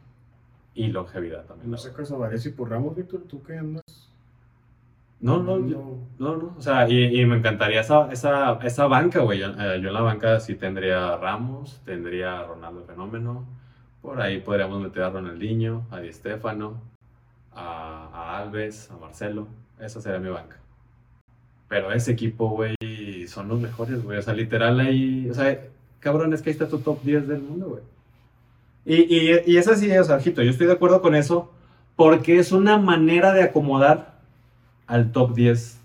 [SPEAKER 3] Y longevidad también.
[SPEAKER 1] No
[SPEAKER 3] la
[SPEAKER 1] sacas a Varese y por Ramos, Víctor. ¿Tú qué andas?
[SPEAKER 3] No, no, yo- no, no. O sea, y, y me encantaría esa, esa, esa banca, güey. Yo, eh, yo en la banca sí tendría a Ramos, tendría a Ronaldo Fenómeno. Por ahí podríamos meter a Ronaldinho, a Di Stéfano, a, a Alves, a Marcelo. Esa sería mi banca. Pero ese equipo, güey, son los mejores, güey. O sea, literal ahí. O sea, cabrón, es que ahí está tu top 10 del mundo, güey. Y, y, y es así, o sea, ojito, yo estoy de acuerdo con eso porque es una manera de acomodar al top 10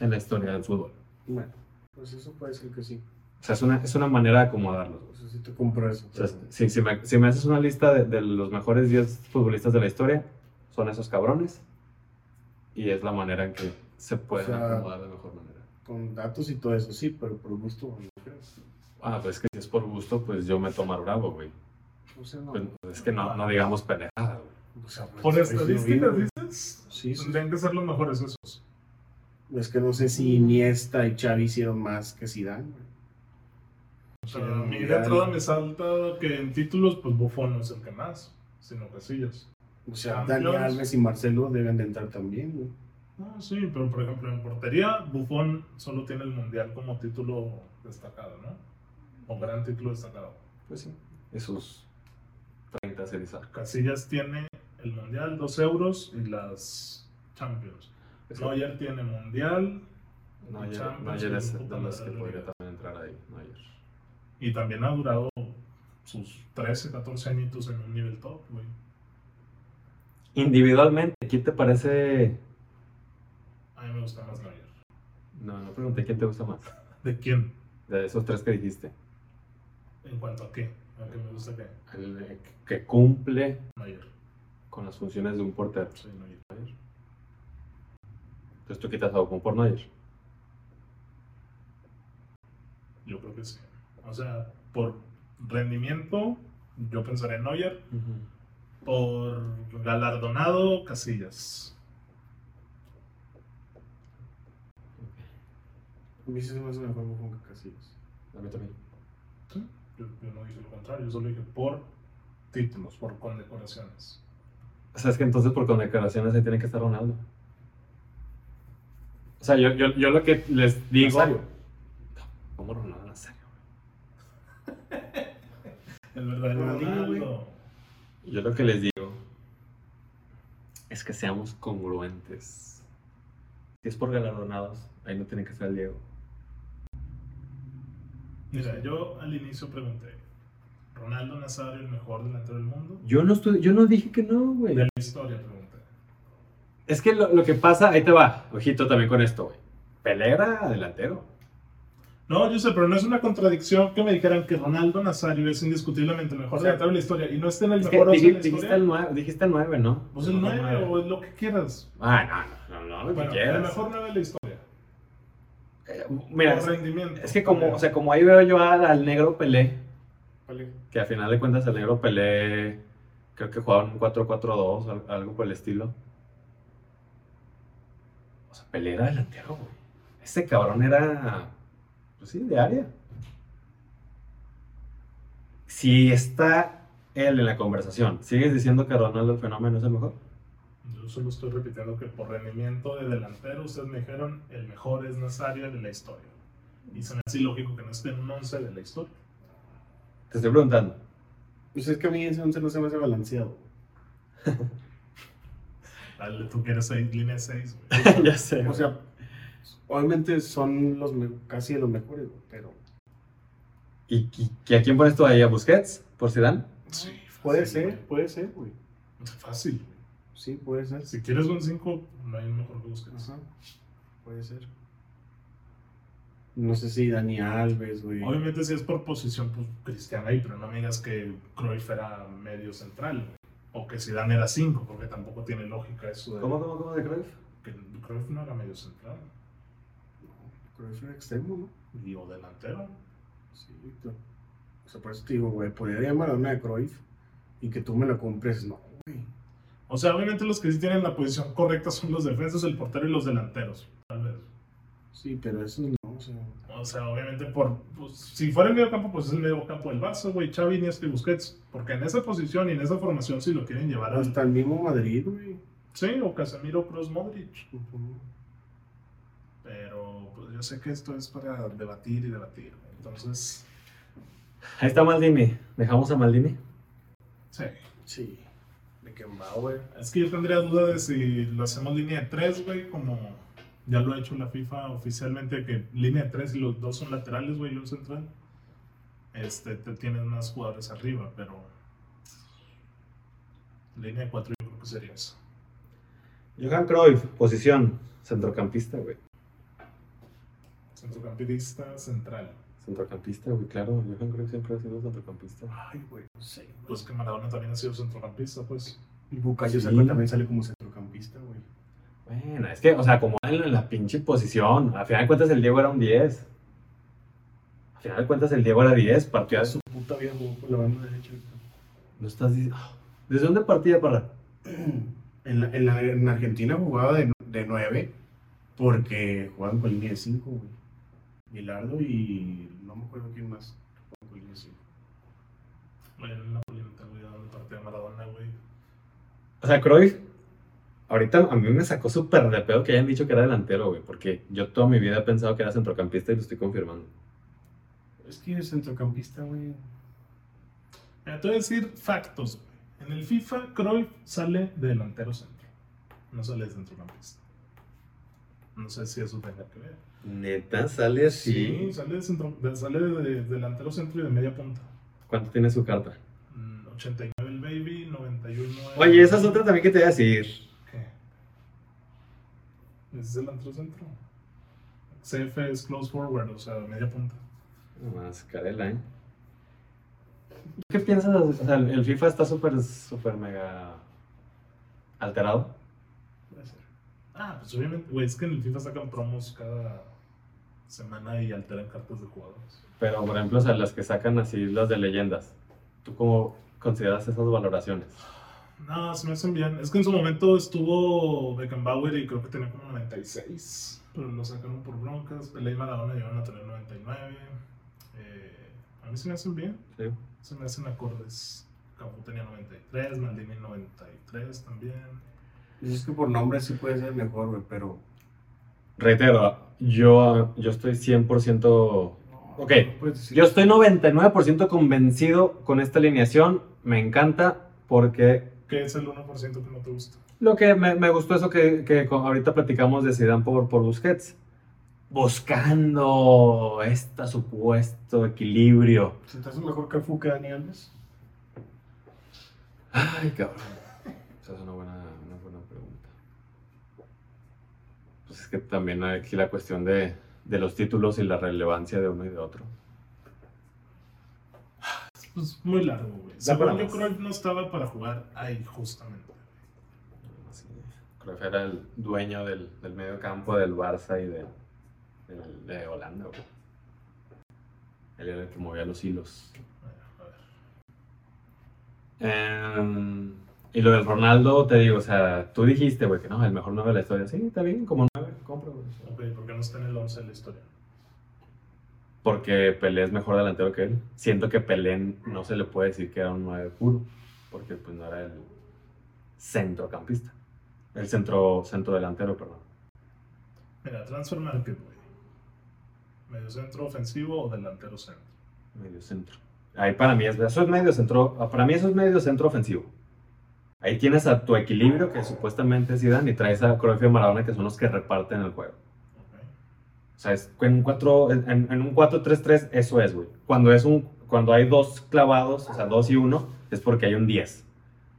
[SPEAKER 3] en la historia del fútbol.
[SPEAKER 1] Bueno, pues eso puede ser que sí.
[SPEAKER 3] O sea, es una, es una manera de acomodarlos. güey.
[SPEAKER 1] O sea, sí te compro eso.
[SPEAKER 3] O sea, si, si me, si me haces una lista de, de los mejores 10 futbolistas de la historia, son esos cabrones. Y es la manera en que se pueden
[SPEAKER 1] sea-
[SPEAKER 3] acomodar de mejor manera.
[SPEAKER 1] Con datos y todo eso, sí, pero por gusto, no creo.
[SPEAKER 3] Ah, pues es que si es por gusto, pues yo me tomo a Bravo, güey.
[SPEAKER 1] O sea, no.
[SPEAKER 3] Pues, es que no, no digamos pendejada, güey.
[SPEAKER 1] O sea, pues,
[SPEAKER 2] Por
[SPEAKER 1] pues, no
[SPEAKER 2] estadísticas,
[SPEAKER 1] vi, güey.
[SPEAKER 2] dices,
[SPEAKER 1] Sí, sí.
[SPEAKER 2] tendrían que ser los mejores esos.
[SPEAKER 1] Es que no sé si Iniesta y Xavi hicieron más que Zidane. güey.
[SPEAKER 2] Pero a mí de
[SPEAKER 1] Zidane.
[SPEAKER 2] entrada me salta que en títulos, pues Buffon no es el que más, sino Casillas.
[SPEAKER 1] O sea,
[SPEAKER 2] Champions.
[SPEAKER 1] Dani Alves y Marcelo deben de entrar también, güey.
[SPEAKER 2] Ah, sí, pero por ejemplo en portería, Buffon solo tiene el mundial como título destacado, ¿no? O gran título destacado.
[SPEAKER 3] Pues sí, esos 30 Celiza.
[SPEAKER 2] Casillas tiene el mundial, dos euros y las Champions. Neuer tiene mundial
[SPEAKER 3] No, ayer,
[SPEAKER 2] Champions,
[SPEAKER 3] no, ayer es
[SPEAKER 2] puta
[SPEAKER 3] de los que
[SPEAKER 2] madre,
[SPEAKER 3] podría
[SPEAKER 2] liga.
[SPEAKER 3] también entrar ahí. No, ayer.
[SPEAKER 2] y también ha durado sus 13, 14 añitos en un nivel top, güey.
[SPEAKER 3] Individualmente, ¿quién te parece?
[SPEAKER 2] A mí me gusta más Neuer.
[SPEAKER 3] No, no pregunté quién te gusta más.
[SPEAKER 2] ¿De quién?
[SPEAKER 3] De esos tres que dijiste.
[SPEAKER 2] ¿En cuanto a qué? ¿A qué me gusta qué?
[SPEAKER 3] El eh, que cumple
[SPEAKER 2] Neuer.
[SPEAKER 3] con las funciones de un portero.
[SPEAKER 2] Sí, Neuer.
[SPEAKER 3] Entonces tú quitas a Ocon por Neuer.
[SPEAKER 2] Yo creo que sí. O sea, por rendimiento, yo pensaría en Neuer. Por galardonado, Casillas.
[SPEAKER 1] A mí sí se me hace mejor Buffon que Casillas.
[SPEAKER 3] A mí también.
[SPEAKER 2] Yo, yo no dije lo contrario, yo solo dije por títulos, por condecoraciones.
[SPEAKER 3] O sea, es que entonces por condecoraciones ahí tiene que estar Ronaldo. O sea, yo, yo, yo lo que les digo...
[SPEAKER 1] Nazario.
[SPEAKER 3] ¿Cómo Ronaldo Nazario?
[SPEAKER 2] El verdadero
[SPEAKER 1] Ronaldinho,
[SPEAKER 2] Ronaldo.
[SPEAKER 3] Yo lo que les digo es que seamos congruentes. Si es por galardonados, ahí no tiene que estar el Diego.
[SPEAKER 2] Mira, yo al inicio pregunté, ¿Ronaldo Nazario el mejor delantero del mundo?
[SPEAKER 3] Yo no, estoy, yo no dije que no, güey.
[SPEAKER 2] De la historia pregunté.
[SPEAKER 3] Es que lo, lo que pasa, ahí te va, ojito también con esto, güey. Pelera delantero.
[SPEAKER 2] No, yo sé, pero no es una contradicción que me dijeran que Ronaldo Nazario es indiscutiblemente el mejor
[SPEAKER 1] O sea,
[SPEAKER 2] delantero de la historia y no esté en el
[SPEAKER 3] Es que
[SPEAKER 2] mejor once
[SPEAKER 3] dij-
[SPEAKER 2] de la
[SPEAKER 3] dijiste,
[SPEAKER 2] historia.
[SPEAKER 3] el 9, dijiste el 9, ¿no?
[SPEAKER 2] Pues el 9 o lo que quieras.
[SPEAKER 3] Ah, no, no, no, no, lo que
[SPEAKER 2] Bueno, el
[SPEAKER 3] quieras.
[SPEAKER 2] mejor 9 de la historia.
[SPEAKER 3] Eh, Mira,
[SPEAKER 2] Por
[SPEAKER 3] es,
[SPEAKER 2] rendimiento.
[SPEAKER 3] es que como, o sea, como ahí veo yo al, al negro Pelé, que a final de cuentas el negro Pelé, creo que jugaban un 4-4-2, al- algo por el estilo. O sea, Pelé era delantero, güey. Este cabrón era, pues sí, de área. Si está él en la conversación, ¿sigues diciendo que Ronaldo el fenómeno es el mejor?
[SPEAKER 2] Yo solo estoy repitiendo que por rendimiento de delantero, ustedes me dijeron el mejor es Nazario de la historia. Y se me hace ilógico que no esté en un 11 de la historia.
[SPEAKER 3] Te estoy preguntando.
[SPEAKER 1] Pues es que a mí ese 11 no se me hace balanceado.
[SPEAKER 2] Dale, tú quieres seis, línea 6,
[SPEAKER 3] ya sé.
[SPEAKER 1] O sea, obviamente son los me- casi de los mejores, güey, pero
[SPEAKER 3] ¿Y, y- y a quién pones tú ahí? ¿A Busquets? ¿Por Zidane?
[SPEAKER 2] Sí,
[SPEAKER 1] puede
[SPEAKER 2] fácil,
[SPEAKER 1] ser, puede ser, güey.
[SPEAKER 2] güey. Fácil. güey.
[SPEAKER 1] Sí, puede ser.
[SPEAKER 2] Si quieres un 5, no hay mejor que Busquets.
[SPEAKER 1] Ajá. Puede ser. No sé si Dani Alves, güey.
[SPEAKER 2] Obviamente, si es por posición, pues Cristian ahí, pero no me digas que Cruyff era medio central, güey. O que Zidane era 5, porque tampoco tiene lógica eso de
[SPEAKER 3] ¿Cómo, cómo, cómo de Cruyff?
[SPEAKER 2] que Cruyff no era medio central.
[SPEAKER 1] Creo que es un extremo, ¿no?
[SPEAKER 2] Y o delantero.
[SPEAKER 1] Sí, Víctor. O sea, por eso te digo, güey, podría llamar a una de Cruyff y que tú me la compres, no.
[SPEAKER 2] O sea, obviamente los que sí tienen la posición correcta son los defensas, el portero y los delanteros.
[SPEAKER 1] Sí, pero eso no, o sea.
[SPEAKER 2] O sea, obviamente por... pues, si fuera el medio campo, pues es el medio campo del Barça, güey, Xavi, Iniesta y Busquets. Porque en esa posición y en esa formación, si lo quieren llevar al...
[SPEAKER 1] Hasta el mismo Madrid, güey.
[SPEAKER 2] Sí, o Casemiro, Kroos, Modric.
[SPEAKER 1] Ujú.
[SPEAKER 2] Pero pues, yo sé que esto es para debatir y debatir. Entonces,
[SPEAKER 3] Ahí está Maldini. ¿Dejamos a Maldini?
[SPEAKER 2] sí.
[SPEAKER 1] Sí. De Kembauer.
[SPEAKER 2] Es que yo tendría duda de si lo hacemos línea de 3, güey, como ya lo ha hecho la FIFA oficialmente, que línea de 3 y los dos son laterales, güey, y un central. Este, te tienes más jugadores arriba, pero. Línea de 4 yo creo que sería eso.
[SPEAKER 3] Johan Cruyff, posición. Centrocampista, güey.
[SPEAKER 2] Centrocampista central.
[SPEAKER 3] Centrocampista, güey, claro. Johan Cruyff siempre ha sido centrocampista.
[SPEAKER 1] Ay, güey, no sé. güey.
[SPEAKER 2] Pues que Maradona también ha sido centrocampista, pues.
[SPEAKER 1] Y Bucayo
[SPEAKER 3] Sí.
[SPEAKER 1] Saka también sale como centrocampista, güey.
[SPEAKER 3] Bueno, es que, o sea, como él en la pinche posición. A final de cuentas, el Diego era un 10. A final de cuentas, el Diego era 10. Partió de su.
[SPEAKER 1] Puta vida jugó por la banda derecha. güey.
[SPEAKER 3] No estás dic- Ah, ¿Desde dónde partía para.?
[SPEAKER 1] En, la- en, la- en Argentina jugaba de, de 9 porque jugaban con línea de 5, güey. Bilardo y no me acuerdo quién más. jugaban con línea de cinco.
[SPEAKER 2] Bueno, en la polémica, güey, donde partía Maradona, güey.
[SPEAKER 3] O sea, Cruyff, ahorita a mí me sacó súper de pedo que hayan dicho que era delantero, güey, porque yo toda mi vida he pensado que era centrocampista y lo estoy confirmando.
[SPEAKER 1] Es que es centrocampista, güey.
[SPEAKER 2] Mira, te voy a decir factos, güey. En el FIFA, Cruyff sale de delantero centro. No sale de centrocampista. No sé si eso tenga que ver.
[SPEAKER 3] Neta, sale
[SPEAKER 2] sale de, centro- de- sale de delantero centro y de media punta.
[SPEAKER 3] ¿Cuánto tiene su carta?
[SPEAKER 2] Mm, 89 el Baby, 91. el-
[SPEAKER 3] Oye, esa es otra también que te voy a decir.
[SPEAKER 2] ¿Qué? Es delantero centro. CF es close forward, o sea, media punta.
[SPEAKER 3] Más carela, ¿eh? ¿Qué piensas? O sea, el FIFA está súper, súper mega alterado.
[SPEAKER 2] Puede ser. Ah, pues obviamente, güey, es que en el FIFA sacan promos cada semana y alteran cartas de jugadores.
[SPEAKER 3] Pero, por ejemplo, o sea, las que sacan así las de leyendas. ¿Tú cómo consideras esas valoraciones?
[SPEAKER 2] No, se me hacen bien. Es que en su momento estuvo Beckenbauer y creo que tenía como 96. Pero lo sacaron por broncas. Pelé y Maradona llegaron a tener 99. Eh, a mí se me hacen bien.
[SPEAKER 3] ¿Sí?
[SPEAKER 2] Se me hacen acordes. Cafu tenía 93, Maldini 93 también.
[SPEAKER 1] Pues Es que por nombre sí puede ser mejor, güey, pero.
[SPEAKER 3] Reitero, yo, yo estoy 100%... Ok,
[SPEAKER 1] no puedes decir-
[SPEAKER 3] Yo estoy 99% convencido con esta alineación. Me encanta porque
[SPEAKER 2] ¿Qué es el 1% que no te gusta?
[SPEAKER 3] lo que me, me gustó eso que, que co- ahorita platicamos de Zidane por, por Busquets. Buscando este supuesto equilibrio.
[SPEAKER 1] ¿Se te hace mejor Cafu que Dani Alves?
[SPEAKER 3] Ay, cabrón. Esa es una buena, una buena pregunta. Pues es que también hay aquí la cuestión de, de los títulos y la relevancia de uno y de otro.
[SPEAKER 2] Pues muy largo, güey.
[SPEAKER 3] Da para
[SPEAKER 2] Según yo
[SPEAKER 3] más.
[SPEAKER 2] creo no estaba para jugar ahí justamente.
[SPEAKER 3] Sí, creo que era el dueño del, del medio campo del Barça y de, del- de Holanda. güey. Él era el que movía los hilos.
[SPEAKER 2] Bueno, a ver.
[SPEAKER 3] Em, y lo del Ronaldo, te digo, o sea, tú dijiste, güey, que no, el mejor 9 de la historia. Sí, está bien, como 9, compro, güey.
[SPEAKER 2] Ok, ¿por qué no está en el 11 de la historia?
[SPEAKER 3] Porque Pelé es mejor delantero que él. Siento que Pelé no se le puede decir que era un 9 puro, porque pues no era el centrocampista. El centro, centro delantero, perdón.
[SPEAKER 2] Mira, Transfer Market, güey. Medio centro ofensivo o delantero centro.
[SPEAKER 3] Medio centro. Ahí para mí es, eso es medio centro, para mí eso es medio centro ofensivo. Ahí tienes a tu equilibrio, que supuestamente es Zidane, y traes a Cruyff y a Maradona, que son los que reparten el juego.
[SPEAKER 2] Ok.
[SPEAKER 3] O sea, es, en, cuatro, en, en un 4-3-3 eso es, güey. Cuando, es un, cuando hay dos clavados, o sea, dos y uno, es porque hay un 10.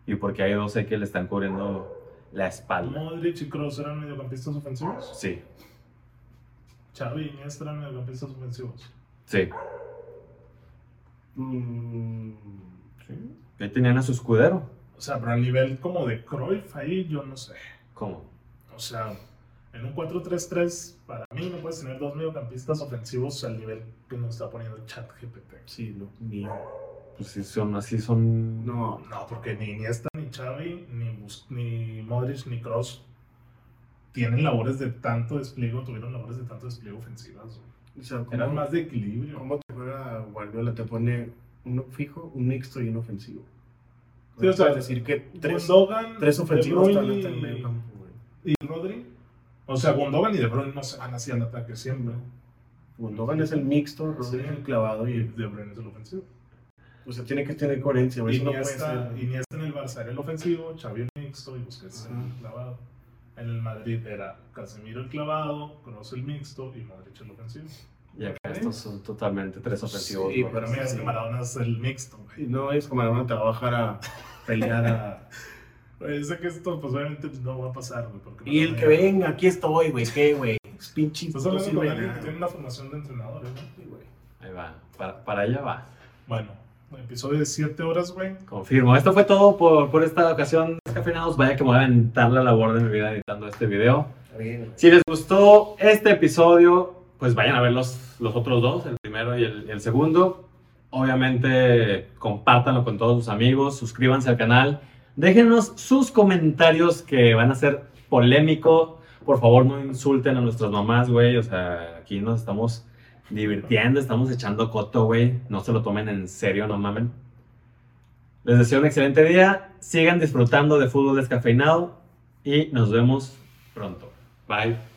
[SPEAKER 3] Y porque hay 12 que le están cubriendo la espalda.
[SPEAKER 2] Modric y Kroos eran mediocampistas ofensivos.
[SPEAKER 3] Sí,
[SPEAKER 2] Xavi y Iniesta eran mediocampistas ofensivos.
[SPEAKER 3] sí.
[SPEAKER 1] Mm, sí.
[SPEAKER 3] Ahí tenían a su escudero.
[SPEAKER 2] O sea, pero a nivel como de Cruyff ahí, yo no sé.
[SPEAKER 3] ¿Cómo?
[SPEAKER 2] O sea, en un 4-3-3, para mí no puedes tener dos mediocampistas ofensivos al nivel que nos está poniendo ChatGPT.
[SPEAKER 1] Sí, no, ni-
[SPEAKER 3] Pues sí, son así, son...
[SPEAKER 1] No,
[SPEAKER 2] No, porque ni Iniesta, ni Xavi, ni, Bus- ni Modric, ni Kroos tienen labores de tanto despliego, tuvieron labores de tanto despliego ofensivas. güey.
[SPEAKER 1] o sea, ¿cómo,
[SPEAKER 2] Eran más de equilibrio.
[SPEAKER 1] cómo te juega Guardiola? Te pone uno fijo, un mixto y un ofensivo.
[SPEAKER 2] Sí, o sea,
[SPEAKER 1] es decir, que tres,
[SPEAKER 2] Gundogan,
[SPEAKER 1] tres
[SPEAKER 2] De
[SPEAKER 1] ofensivos están
[SPEAKER 2] Bruyne
[SPEAKER 1] hasta el medio campo, güey.
[SPEAKER 2] y Rodri. O sea, Gundogan y De Bruyne no se van hacia el ataque siempre.
[SPEAKER 1] Gundogan es el mixto, Rodri es el clavado
[SPEAKER 2] Y
[SPEAKER 1] y
[SPEAKER 2] De Bruyne es el ofensivo.
[SPEAKER 1] O sea, tiene que tener coherencia, güey. Eso no puede
[SPEAKER 2] Iniesta,
[SPEAKER 1] ser.
[SPEAKER 2] Iniesta en el Barça era el ofensivo, Xavi el mixto y Busquets
[SPEAKER 1] Ajá.
[SPEAKER 2] el clavado. En el Madrid era Casemiro el clavado, Kroos el mixto y Modric el ofensivo.
[SPEAKER 3] Y acá estos son totalmente tres ofensivos.
[SPEAKER 1] Sí,
[SPEAKER 3] güey.
[SPEAKER 2] Para mí es que
[SPEAKER 1] Sí.
[SPEAKER 2] Maradona es el mixto, güey.
[SPEAKER 1] Y No es como Maradona te va a bajar a pelear a.
[SPEAKER 2] Pues, sé que esto, pues obviamente pues, no va a pasar, güey. Porque
[SPEAKER 1] y el que
[SPEAKER 2] Maradona ya-
[SPEAKER 1] venga, aquí estoy, güey. ¿Qué, güey? Es pinche.
[SPEAKER 2] Estás
[SPEAKER 1] no
[SPEAKER 2] hablando con
[SPEAKER 1] sirve de
[SPEAKER 2] alguien que
[SPEAKER 1] nada.
[SPEAKER 2] tiene una formación de entrenadores, ¿no?
[SPEAKER 1] Sí, güey.
[SPEAKER 3] Ahí va, para, para allá va.
[SPEAKER 2] Bueno, episodio de 7 horas, güey.
[SPEAKER 3] Confirmo. Esto fue todo por, por esta ocasión. Descafeinados, vaya que me voy a aventar la labor de mi vida editando este video.
[SPEAKER 1] Está bien, güey.
[SPEAKER 3] Si les gustó este episodio, pues vayan a ver los, los otros dos, el primero y el, el segundo. Obviamente, compártanlo con todos sus amigos, suscríbanse al canal, déjenos sus comentarios que van a ser polémico. Por favor, no insulten a nuestras mamás, güey. O sea, aquí nos estamos divirtiendo, estamos echando coto, güey. No se lo tomen en serio, no mamen. Les deseo un excelente día. Sigan disfrutando de fútbol descafeinado y nos vemos pronto. Bye.